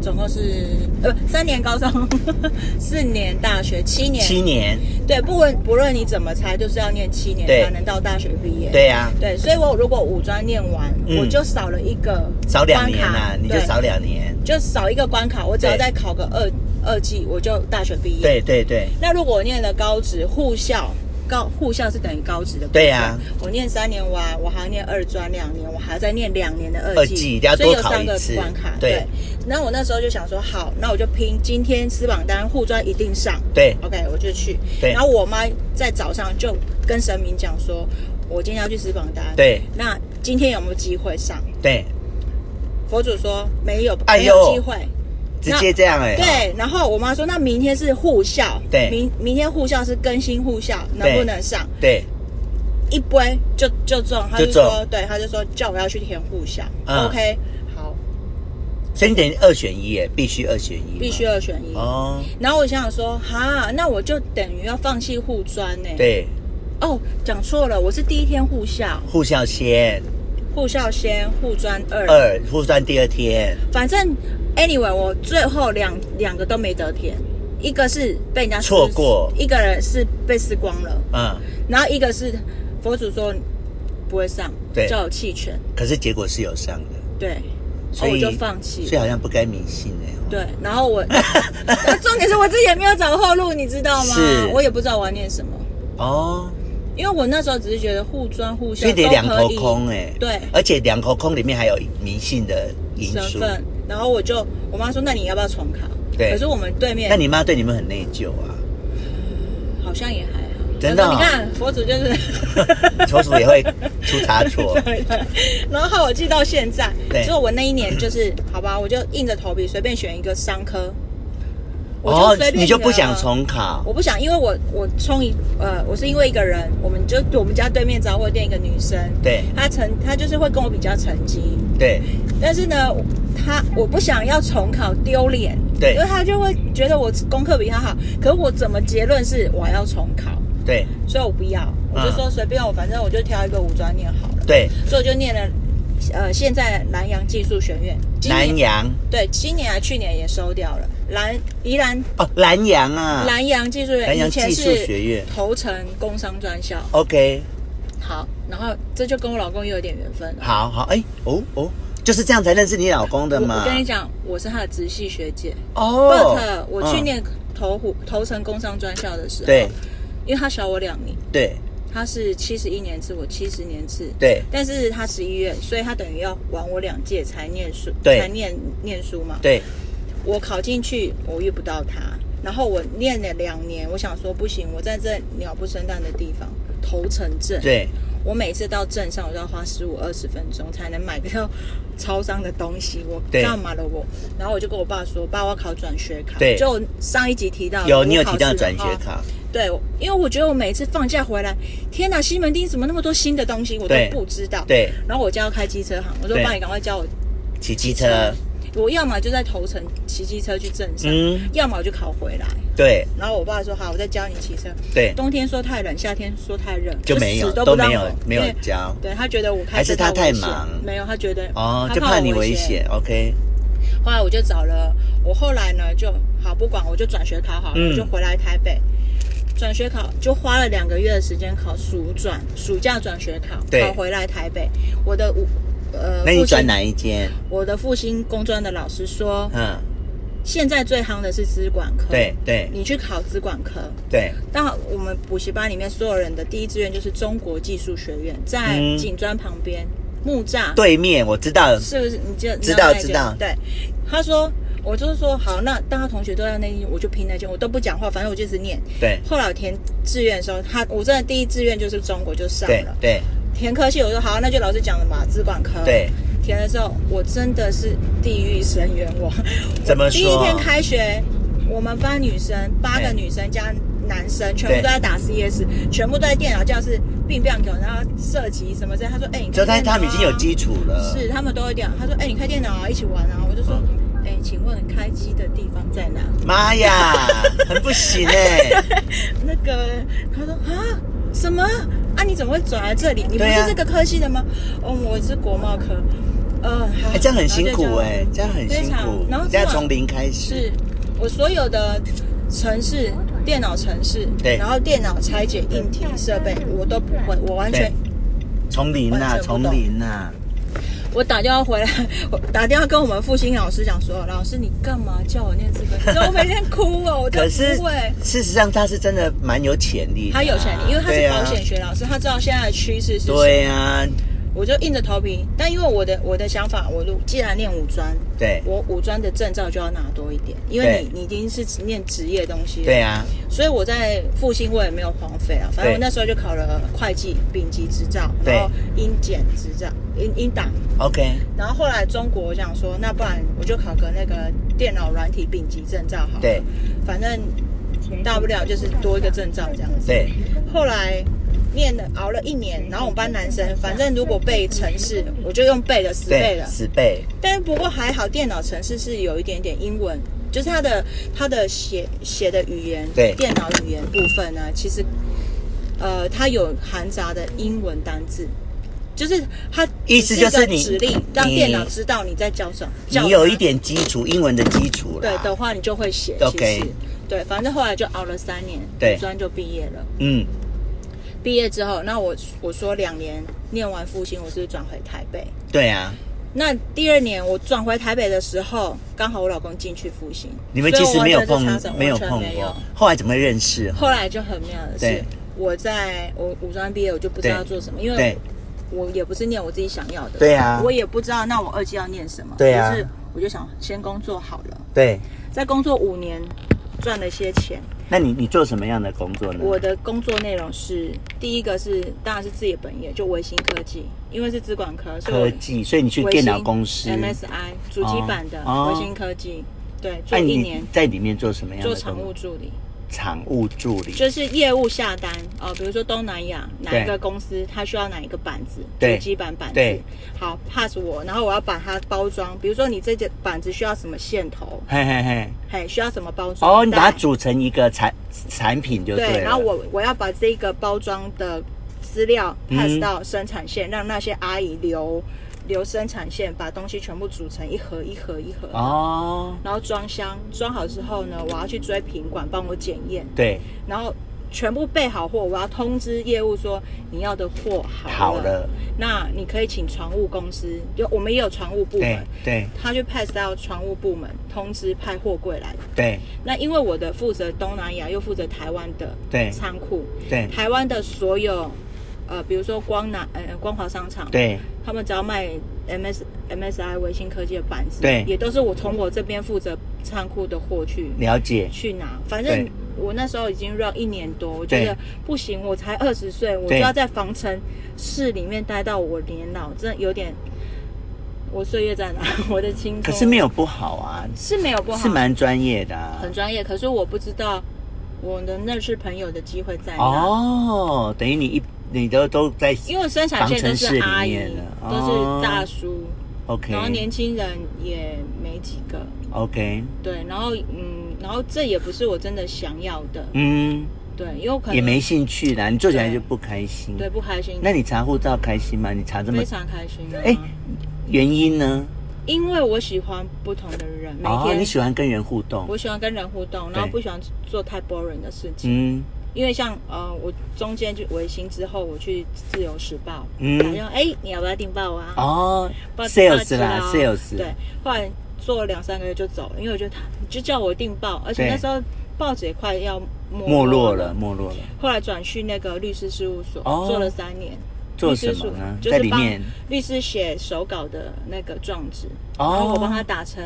Speaker 2: 总共是呃不三年高中 [laughs] 四年大学七年。
Speaker 1: 七年，
Speaker 2: 对，不论不论你怎么猜，就是要念七年
Speaker 1: 对
Speaker 2: 才能到大学毕业。
Speaker 1: 对啊呀，
Speaker 2: 对所以我如果五专念完，
Speaker 1: 嗯
Speaker 2: 我就少了一个
Speaker 1: 少两年
Speaker 2: 关
Speaker 1: 啦
Speaker 2: 卡，
Speaker 1: 你就
Speaker 2: 对
Speaker 1: 少两年。
Speaker 2: 就少一个关卡，我只要
Speaker 1: 对
Speaker 2: 再考个二二技，我就大学毕业。，
Speaker 1: 对对对
Speaker 2: 那如果我念了高职护校，高护校是等于高职的。
Speaker 1: 对啊呀，
Speaker 2: 我念三年完，我还要念二专两年，我还要再念两年的
Speaker 1: 二
Speaker 2: 二
Speaker 1: 技一定
Speaker 2: 技，
Speaker 1: 要
Speaker 2: 所以
Speaker 1: 多
Speaker 2: 有
Speaker 1: 考
Speaker 2: 三
Speaker 1: 一
Speaker 2: 个
Speaker 1: 次
Speaker 2: 关卡。
Speaker 1: 对
Speaker 2: 那我那时候就想说，好，那我就拼今天私榜单护专一定上。
Speaker 1: 对
Speaker 2: OK，我就去。
Speaker 1: 对
Speaker 2: 然后我妈在早上就跟神明讲说，我今天要去私榜单。。
Speaker 1: 对
Speaker 2: 那今天有没有机会上？
Speaker 1: 对，
Speaker 2: 佛祖说没有，
Speaker 1: 哎
Speaker 2: 没
Speaker 1: 呦
Speaker 2: 有机会。
Speaker 1: 直接这样哎。
Speaker 2: 对，然后我妈说，那明天是护校，
Speaker 1: 对
Speaker 2: 明明天护校是更新护校，能不能上？
Speaker 1: 对
Speaker 2: 一杯就就中，她
Speaker 1: 就
Speaker 2: 就
Speaker 1: 中
Speaker 2: 说，对，她就说叫我要去填护校、
Speaker 1: 嗯
Speaker 2: o k 好，
Speaker 1: 所以你等于二选一耶，必须二选一嘛。
Speaker 2: 必须二选一。
Speaker 1: 哦，
Speaker 2: 然后我想想说，哈，那我就等于要放弃护专呢、，
Speaker 1: 对，
Speaker 2: 哦，讲错了，我是第一天护校，
Speaker 1: 护校先
Speaker 2: 护校先，护专二，
Speaker 1: 二，护专第二天。
Speaker 2: 反正 anyway，我最后两两个都没得填，一个是被人家撕
Speaker 1: 错过
Speaker 2: 一个人是被撕光了。
Speaker 1: 嗯，
Speaker 2: 然后一个是佛祖说不会上，
Speaker 1: 对
Speaker 2: 叫我弃权，
Speaker 1: 可是结果是有上的，
Speaker 2: 对，
Speaker 1: 所
Speaker 2: 哦
Speaker 1: 以、
Speaker 2: 我就放弃
Speaker 1: 所以啊
Speaker 2: 了，
Speaker 1: 好像不该迷信哎。
Speaker 2: 对，然后
Speaker 1: [laughs]
Speaker 2: 我，啊重点是我自己也没有找后路，你知道吗
Speaker 1: 是？
Speaker 2: 我也不知道我要念什么，
Speaker 1: 哦，
Speaker 2: 因为我那时候只是觉得互专互
Speaker 1: 所
Speaker 2: 相
Speaker 1: 以
Speaker 2: 都
Speaker 1: 得两
Speaker 2: 可
Speaker 1: 头
Speaker 2: 以，
Speaker 1: 空哎。
Speaker 2: 对
Speaker 1: 而且两头空里面还有迷信的因
Speaker 2: 身
Speaker 1: 素。
Speaker 2: 份，然后我就我妈说，那你要不要重考？
Speaker 1: 对
Speaker 2: 可是我们对面
Speaker 1: 那你妈对你们很内疚啊，
Speaker 2: 好像也还好。
Speaker 1: 真的哦
Speaker 2: 我说你看佛祖就是，。
Speaker 1: [laughs] 求主也会出差错
Speaker 2: 对对 [laughs] 然后我记到现在
Speaker 1: 对，
Speaker 2: 所以我那一年就是，好吧，我就硬着头皮随便选一个商科。我
Speaker 1: 哦
Speaker 2: 随，便
Speaker 1: 你就
Speaker 2: 选
Speaker 1: 不想
Speaker 2: 了
Speaker 1: 重考？
Speaker 2: 我不想，因为我我冲一呃，我是因为一个人，我们就我们家对面杂货店一个女生，
Speaker 1: 对
Speaker 2: 她成她就是会跟我比较成绩，
Speaker 1: 对
Speaker 2: 但是呢，她我不想要重考丢脸，
Speaker 1: 对
Speaker 2: 因为她就会觉得我功课比她好，可我怎么结论是我要重考，
Speaker 1: 对
Speaker 2: 所以我不要，我就
Speaker 1: 嗯
Speaker 2: 说随便我，反正我就挑一个五专念好了，
Speaker 1: 对，
Speaker 2: 所以我就念了呃现在南洋技术学院，今年
Speaker 1: 南洋
Speaker 2: 对，今年啊还去年也收掉了，兰宜兰
Speaker 1: 哦，南洋啊
Speaker 2: 南洋技术学
Speaker 1: 南
Speaker 2: 院
Speaker 1: 洋
Speaker 2: 以前
Speaker 1: 技术
Speaker 2: 是
Speaker 1: 学院
Speaker 2: 头城工商专校。
Speaker 1: ，OK，
Speaker 2: 好，然后这就跟我老公也有点缘分了。
Speaker 1: 好好，哎，哦哦，就是这样才认识你老公的
Speaker 2: 我
Speaker 1: 嘛
Speaker 2: 我。跟你讲，我是他的直系学姐。
Speaker 1: 哦
Speaker 2: but 呃我去
Speaker 1: 嗯
Speaker 2: 念头湖、头城工商专校的时候，
Speaker 1: 对，
Speaker 2: 因为他小我两年，
Speaker 1: 对
Speaker 2: 他是七十一年次，我七十年次。
Speaker 1: 对
Speaker 2: 但是他十一月，所以他等于要晚我两届才念书，
Speaker 1: 对
Speaker 2: 才念念书嘛。
Speaker 1: 对
Speaker 2: 我考进去，我遇不到他。然后我念了两年，我想说不行，我在这鸟不生蛋的地方，头城镇，
Speaker 1: 对，
Speaker 2: 我每次到镇上，我都要花十五二十分钟才能买到 [laughs] 超商的东西，我
Speaker 1: 对
Speaker 2: 干嘛了我？然后我就跟我爸说，爸，我要考转学考。
Speaker 1: 对
Speaker 2: 就上一集提到
Speaker 1: 有
Speaker 2: 我
Speaker 1: 你有
Speaker 2: 考
Speaker 1: 提到
Speaker 2: 试的
Speaker 1: 转
Speaker 2: 话
Speaker 1: 学考，
Speaker 2: 对，我因为我觉得我每次放假回来，天哪，西门町怎么那么多新的东西，我都
Speaker 1: 对
Speaker 2: 不知道。。
Speaker 1: 对，
Speaker 2: 然后我家要开机车行，我说
Speaker 1: 对
Speaker 2: 爸，你赶快教我
Speaker 1: 骑机车，
Speaker 2: 我要么就在头城骑机车去镇上，
Speaker 1: 嗯
Speaker 2: 要么我就考回来。
Speaker 1: 对
Speaker 2: 然后我爸说好，我再教你骑车。
Speaker 1: 对，
Speaker 2: 冬天说太冷，夏天说太热，
Speaker 1: 就没有
Speaker 2: 死都
Speaker 1: 都
Speaker 2: 不让
Speaker 1: 没有
Speaker 2: 我
Speaker 1: 没有
Speaker 2: 因为
Speaker 1: 教
Speaker 2: 对他觉得我开
Speaker 1: 还是
Speaker 2: 车
Speaker 1: 他太
Speaker 2: 危险
Speaker 1: 忙
Speaker 2: 没有他觉得
Speaker 1: 哦，
Speaker 2: 他
Speaker 1: 就
Speaker 2: 怕
Speaker 1: 怕
Speaker 2: 我
Speaker 1: 你
Speaker 2: 危
Speaker 1: 危险。，OK，
Speaker 2: 后来我就找了，我后来呢就好不管，我就转学考好了，
Speaker 1: 嗯
Speaker 2: 我就回来台北。转学考就花了两个月的时间考暑转，暑假转学考，
Speaker 1: 对
Speaker 2: 考回来台北。我的五呃，
Speaker 1: 那你
Speaker 2: 复兴
Speaker 1: 转？哪一间？
Speaker 2: 我的复兴工专的老师说，
Speaker 1: 嗯，
Speaker 2: 现在最夯的是资管科，
Speaker 1: 对对
Speaker 2: 你去考资管科。
Speaker 1: 对
Speaker 2: 但我们补习班里面所有人的第一志愿就是中国技术学院，在
Speaker 1: 嗯
Speaker 2: 锦砖旁边木栅，，
Speaker 1: 对面我知道，
Speaker 2: 是不是？你就
Speaker 1: 知道
Speaker 2: 那一间
Speaker 1: 知道
Speaker 2: 对，他说，我就是说好，那大家同学都在那一间，我就拼那间，我都不讲话，反正我就一直念。
Speaker 1: 对
Speaker 2: 后来我填志愿的时候，他我真的第一志愿就是中国，就上
Speaker 1: 对
Speaker 2: 了。
Speaker 1: 对
Speaker 2: 填科系，我说好，那就老师讲的嘛，资管科。
Speaker 1: 对，
Speaker 2: 填的时候，我真的是地狱深渊。我
Speaker 1: 怎么
Speaker 2: 第一
Speaker 1: 说
Speaker 2: 天开学，我们班女生八个
Speaker 1: 哎
Speaker 2: 女生加男生，全部
Speaker 1: 对
Speaker 2: 都在打 CS，全部都在电脑教室并并给我，然后射击什么之类。他说：“哎、你
Speaker 1: 就他
Speaker 2: 看电脑啊、
Speaker 1: 他们已经有呃基础了，
Speaker 2: 是，他们都会这样。他说：“哎、你开电脑啊，一起玩啊。”我就说：“
Speaker 1: 嗯
Speaker 2: 哎、请问开机的地方在哪
Speaker 1: 妈
Speaker 2: [laughs]
Speaker 1: 呀，很不行哎、？”
Speaker 2: 那个他说：“啊，什么啊？你怎么会转来这里？你不
Speaker 1: 对
Speaker 2: 是
Speaker 1: 啊
Speaker 2: 这个科系的吗？”哦，我是国贸科。呃，好
Speaker 1: 哎、这样很
Speaker 2: 然后
Speaker 1: 辛
Speaker 2: 就
Speaker 1: 苦
Speaker 2: 样
Speaker 1: 哎、这样很
Speaker 2: 非
Speaker 1: 辛
Speaker 2: 常
Speaker 1: 苦，
Speaker 2: 然后
Speaker 1: 这样
Speaker 2: 之后
Speaker 1: 从零开始
Speaker 2: 是，我所有的城市电脑城市，
Speaker 1: 对
Speaker 2: 然后电脑拆解硬体设备，我都不会，我完全，
Speaker 1: 从零呐、
Speaker 2: 完全不
Speaker 1: 从
Speaker 2: 懂
Speaker 1: 零呐、啊，
Speaker 2: 我打电话回来， [laughs] 我打电话跟我们复兴老师讲说，老师你干嘛叫我念这个？你知道我每天哭哦，我就
Speaker 1: 可是
Speaker 2: 不会。
Speaker 1: 事实上他是真的蛮有潜力的啊、
Speaker 2: 他有潜力，因为他
Speaker 1: 对
Speaker 2: 是
Speaker 1: 啊
Speaker 2: 保险学老师，他知道现在的趋势是什么。
Speaker 1: 对啊，
Speaker 2: 我就硬着头皮，但因为我的我的想法，我如既然念五专，
Speaker 1: 对啊
Speaker 2: 我五专的证照就要拿多一点，因为
Speaker 1: 对
Speaker 2: 你你已经是念职业东西了。
Speaker 1: 对啊，
Speaker 2: 所以我在复兴我也没有荒废啊，反
Speaker 1: 对
Speaker 2: 正我那时候就考了会计丙级执照，
Speaker 1: 对
Speaker 2: 然后英检执照、英英档，
Speaker 1: ，OK，
Speaker 2: 然后后来中国我想说，那不然我就考个那个电脑软体丙级证照好了，
Speaker 1: 对，
Speaker 2: 反正大不了就是多一个证照这样子。
Speaker 1: 对
Speaker 2: 后来念了熬了一年，然后我们班男生反正如果背城市，我就用背的死背
Speaker 1: 对，
Speaker 2: 了，
Speaker 1: 十倍，
Speaker 2: 但不过还好，电脑程式是有一点点英文，就是它的它的写写的语言，
Speaker 1: 对
Speaker 2: 电脑语言部分呢，其实呃，它有含杂的英文单字，就是它
Speaker 1: 意思
Speaker 2: 只一个
Speaker 1: 就是你
Speaker 2: 指令让
Speaker 1: 你
Speaker 2: 电脑知道你在教什么，叫
Speaker 1: 你有
Speaker 2: 它
Speaker 1: 一点基础，英文的基础啦
Speaker 2: 对的话，你就会写。
Speaker 1: OK
Speaker 2: 其实对，反正后来就熬了三年，
Speaker 1: 对
Speaker 2: 五专就毕业了。
Speaker 1: 嗯，
Speaker 2: 毕业之后，那我我说两年念完复兴，我是转回台北。
Speaker 1: 对啊，
Speaker 2: 那第二年我转回台北的时候，刚好我老公进去复兴，
Speaker 1: 你们
Speaker 2: 所以
Speaker 1: 其实
Speaker 2: 我
Speaker 1: 没有
Speaker 2: 在这
Speaker 1: 碰
Speaker 2: 场所，
Speaker 1: 没有
Speaker 2: 完全
Speaker 1: 碰
Speaker 2: 没有
Speaker 1: 过，后来怎么会认识？
Speaker 2: 后来就很妙的
Speaker 1: 对
Speaker 2: 是，我在我五专毕业，我就不知道
Speaker 1: 对
Speaker 2: 做什么，因为
Speaker 1: 对
Speaker 2: 我也不是念我自己想要的，
Speaker 1: 对啊
Speaker 2: 我也不知道那我二技要念什么，
Speaker 1: 对啊
Speaker 2: 就是我就想先工作好了，
Speaker 1: 对，
Speaker 2: 在工作五年赚了些钱，
Speaker 1: 那你你做什么样的工作呢？
Speaker 2: 我的工作内容是第一个是当然是自己的本业，就微星科技，因为是资管科，所以
Speaker 1: 科
Speaker 2: 我
Speaker 1: 技，所以你去
Speaker 2: 微
Speaker 1: 电
Speaker 2: 星
Speaker 1: 脑公司，
Speaker 2: MSI 主机版的
Speaker 1: 哦哦
Speaker 2: 微星科技，对，
Speaker 1: 那
Speaker 2: 做一
Speaker 1: 你
Speaker 2: 年
Speaker 1: 在里面做什么样的
Speaker 2: 做
Speaker 1: 工
Speaker 2: 常务助理。
Speaker 1: 场务助理，
Speaker 2: 就是业务下单，呃，比如说东南亚哪
Speaker 1: 对
Speaker 2: 一个公司，它需要哪一个板子，
Speaker 1: 对
Speaker 2: 主机板板
Speaker 1: 对
Speaker 2: 子，好 pass 我，然后我要把它包装，比如说你这件板子需要什么线头，
Speaker 1: 嘿嘿嘿。
Speaker 2: 嘿，需要什么包装，
Speaker 1: 哦，你把它
Speaker 2: 带
Speaker 1: 组成一个产产品就对
Speaker 2: 对，
Speaker 1: 了。
Speaker 2: 然后我我要把这个包装的资料
Speaker 1: 嗯
Speaker 2: pass 到生产线，让那些阿姨留留生产线，把东西全部组成一盒一盒一盒，
Speaker 1: 哦，
Speaker 2: 然后装箱，装好之后呢，我要去追品管帮我检验。
Speaker 1: 对，
Speaker 2: 然后全部备好货，我要通知业务说你要的货好了。
Speaker 1: 好了，
Speaker 2: 那你可以请船务公司，就我们也有船务部
Speaker 1: 对
Speaker 2: 门，
Speaker 1: 对
Speaker 2: 他去 pass 到船务部门通知派货柜来。
Speaker 1: 对
Speaker 2: 那因为我的负责东南亚，又负责台湾的
Speaker 1: 对
Speaker 2: 仓库，
Speaker 1: 对
Speaker 2: 台湾的所有呃，比如说光南呃光华商场，
Speaker 1: 对
Speaker 2: 他们只要卖 MS MSI 维新科技的板子，
Speaker 1: 对
Speaker 2: 也都是我从我这边负责仓库的货去
Speaker 1: 了解，
Speaker 2: 去拿。反
Speaker 1: 对
Speaker 2: 正我那时候已经 run 一年多，我觉
Speaker 1: 对
Speaker 2: 得不行，我才二十岁，我就
Speaker 1: 对
Speaker 2: 要在防尘室里面待到我年老，真的有点。我岁月在哪？ [laughs] 我的青春
Speaker 1: 可是没有不好啊，
Speaker 2: 是没有不好，
Speaker 1: 是蛮专业的、啊
Speaker 2: 很。专业。可是我不知道我能认识朋友的机会在哪，
Speaker 1: 哦，等于你一你都都在
Speaker 2: 因为生产线都是阿
Speaker 1: 防尘室
Speaker 2: 姨
Speaker 1: 里面的，
Speaker 2: 都
Speaker 1: 哦
Speaker 2: 是大叔，
Speaker 1: OK
Speaker 2: 然后年轻人也没几个。
Speaker 1: OK，
Speaker 2: 对，然后嗯，然后这也不是我真的想要的，
Speaker 1: 嗯，
Speaker 2: 对，因为我可能
Speaker 1: 也没兴趣啦，你做起来
Speaker 2: 对
Speaker 1: 就不开心。
Speaker 2: 对不开心。
Speaker 1: 那你查护照开心吗？你查这么
Speaker 2: 非常开心、啊。
Speaker 1: 哎原因呢？
Speaker 2: 因为我喜欢不同的人，每
Speaker 1: 哦，
Speaker 2: 天、
Speaker 1: 你喜欢跟人互动
Speaker 2: 我，喜欢跟人互动，然后不喜欢做太 boring 的事情。
Speaker 1: 嗯，
Speaker 2: 因为像呃，我中间就维新之后，我去自由时报，
Speaker 1: 嗯
Speaker 2: 嗯，打电话哎、你要不要订报啊？
Speaker 1: 哦
Speaker 2: 报
Speaker 1: ，sales 啦
Speaker 2: 报纸啊
Speaker 1: ，sales，
Speaker 2: 对，后来做了两三个月就走了，因为我觉得他就叫我订报，而
Speaker 1: 对
Speaker 2: 且那时候报纸也快要没
Speaker 1: 没落
Speaker 2: 了
Speaker 1: 了，。没落了。
Speaker 2: 后来转去那个律师事务所，
Speaker 1: 哦
Speaker 2: 做了三年。
Speaker 1: 做
Speaker 2: 律师
Speaker 1: 什么呢
Speaker 2: 事务所就
Speaker 1: 在
Speaker 2: 是
Speaker 1: 里
Speaker 2: 帮
Speaker 1: 面
Speaker 2: 律师写手稿的那个状纸，
Speaker 1: 哦
Speaker 2: 然后我帮他打成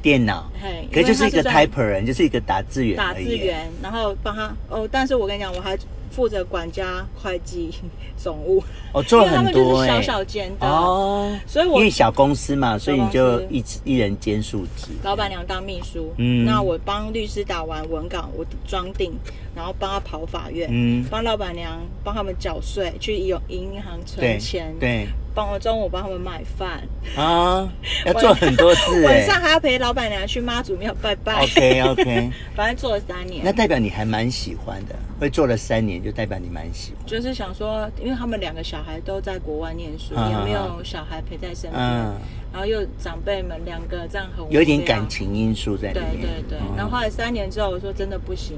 Speaker 1: 电脑
Speaker 2: 嘿，
Speaker 1: 可
Speaker 2: 因
Speaker 1: 就
Speaker 2: 为
Speaker 1: 是一个
Speaker 2: 它是专
Speaker 1: typer 人，就是一个打字员
Speaker 2: 打
Speaker 1: 而
Speaker 2: 字
Speaker 1: 已。
Speaker 2: 员，然后帮他哦。但是我跟你讲，我还负责管家、会计、总务，
Speaker 1: 哦，做了
Speaker 2: 因为他
Speaker 1: 很
Speaker 2: 们就
Speaker 1: 多
Speaker 2: 是
Speaker 1: 哎、
Speaker 2: 小小间的。
Speaker 1: 哦，
Speaker 2: 所以
Speaker 1: 因
Speaker 2: 我
Speaker 1: 为小公司嘛，所以你
Speaker 2: 小
Speaker 1: 就
Speaker 2: 公司
Speaker 1: 一直一人兼数职。
Speaker 2: 老板娘当秘书，
Speaker 1: 嗯
Speaker 2: 那我帮律师打完文稿，我装订，然后帮他跑法院，
Speaker 1: 嗯
Speaker 2: 帮老板娘帮他们缴税，去有银行
Speaker 1: 对
Speaker 2: 存钱，，
Speaker 1: 对
Speaker 2: [laughs] 帮我中午帮他们买饭，
Speaker 1: 啊，要做很多事
Speaker 2: 晚
Speaker 1: 哎、
Speaker 2: 上还要陪老板娘去妈祖庙拜拜。
Speaker 1: OK OK，
Speaker 2: [laughs] 反正做了三年，
Speaker 1: 那代表你还蛮喜欢的，会做了三年就代表你蛮喜欢。
Speaker 2: 就是想说，因为他们两个小孩都在国外念书，
Speaker 1: 嗯
Speaker 2: 也没有小孩陪在身边，
Speaker 1: 嗯，
Speaker 2: 然后又长辈们两个这样很无聊
Speaker 1: 有一点感。情因素在里
Speaker 2: 对
Speaker 1: 面。
Speaker 2: 对对，
Speaker 1: 哦嗯
Speaker 2: 然后后来三年之后，我说真的不行，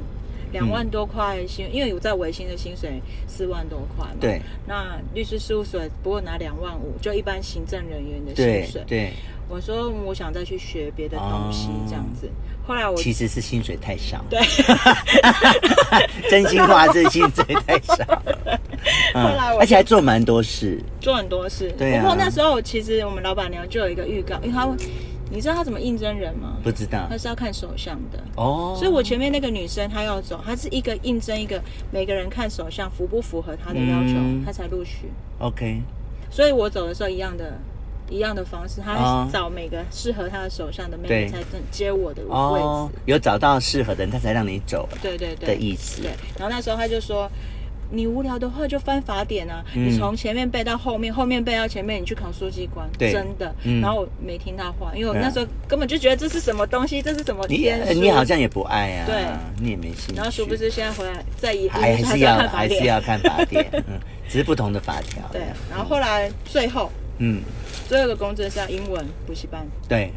Speaker 2: 两万多块薪，因为我在维新的薪水四万多块嘛。。
Speaker 1: 对
Speaker 2: 那律师事务所不过拿两万五，就一般行政人员的薪
Speaker 1: 对
Speaker 2: 水。
Speaker 1: 对，
Speaker 2: 我说嗯我想再去学别的东西
Speaker 1: 哦
Speaker 2: 这样子。后来我
Speaker 1: 其实是薪水太少。
Speaker 2: 对，
Speaker 1: [laughs] 真心话，这薪水太少。嗯
Speaker 2: [laughs] 后来，我
Speaker 1: 而且还做蛮多事。
Speaker 2: 做很多事。
Speaker 1: 对啊
Speaker 2: 不过那时候其实我们老板娘就有一个预告，因为她，你知道她怎么应征人吗？
Speaker 1: 不知道
Speaker 2: 她是要看手相的。
Speaker 1: 哦，
Speaker 2: 所以，我前面那个女生她要走，她是一个应征一个，每个人看手相符不符合她的要求，
Speaker 1: 嗯
Speaker 2: 她才录取。
Speaker 1: OK，
Speaker 2: 所以我走的时候一样的，一样的方式，
Speaker 1: 哦
Speaker 2: 她找每个适合她的手相的妹
Speaker 1: 对
Speaker 2: 妹才能接我的位置。
Speaker 1: 哦，有找到适合的人，他才让你走
Speaker 2: 对对对，
Speaker 1: 的意思。
Speaker 2: 对，然后那时候他就说，你无聊的话就翻法典啊，
Speaker 1: 嗯
Speaker 2: 你从前面背到后面，后面背到前面，你去考书记官，
Speaker 1: 对
Speaker 2: 真的。
Speaker 1: 嗯
Speaker 2: 然后我没听他话，因为我
Speaker 1: 对啊
Speaker 2: 那时候根本就觉得这是什么东西，这是什么
Speaker 1: 你
Speaker 2: 天书
Speaker 1: 你好像也不爱啊，
Speaker 2: 对，
Speaker 1: 你也没兴趣。
Speaker 2: 然后殊不知现在回来再一
Speaker 1: 还还
Speaker 2: 还
Speaker 1: 是要
Speaker 2: 看法
Speaker 1: 还
Speaker 2: 典
Speaker 1: 是要看法典，嗯，只是不同的法条。
Speaker 2: [laughs] 对，然后后来最后
Speaker 1: 嗯，
Speaker 2: 最后一个工作是要英文补习班。
Speaker 1: 对，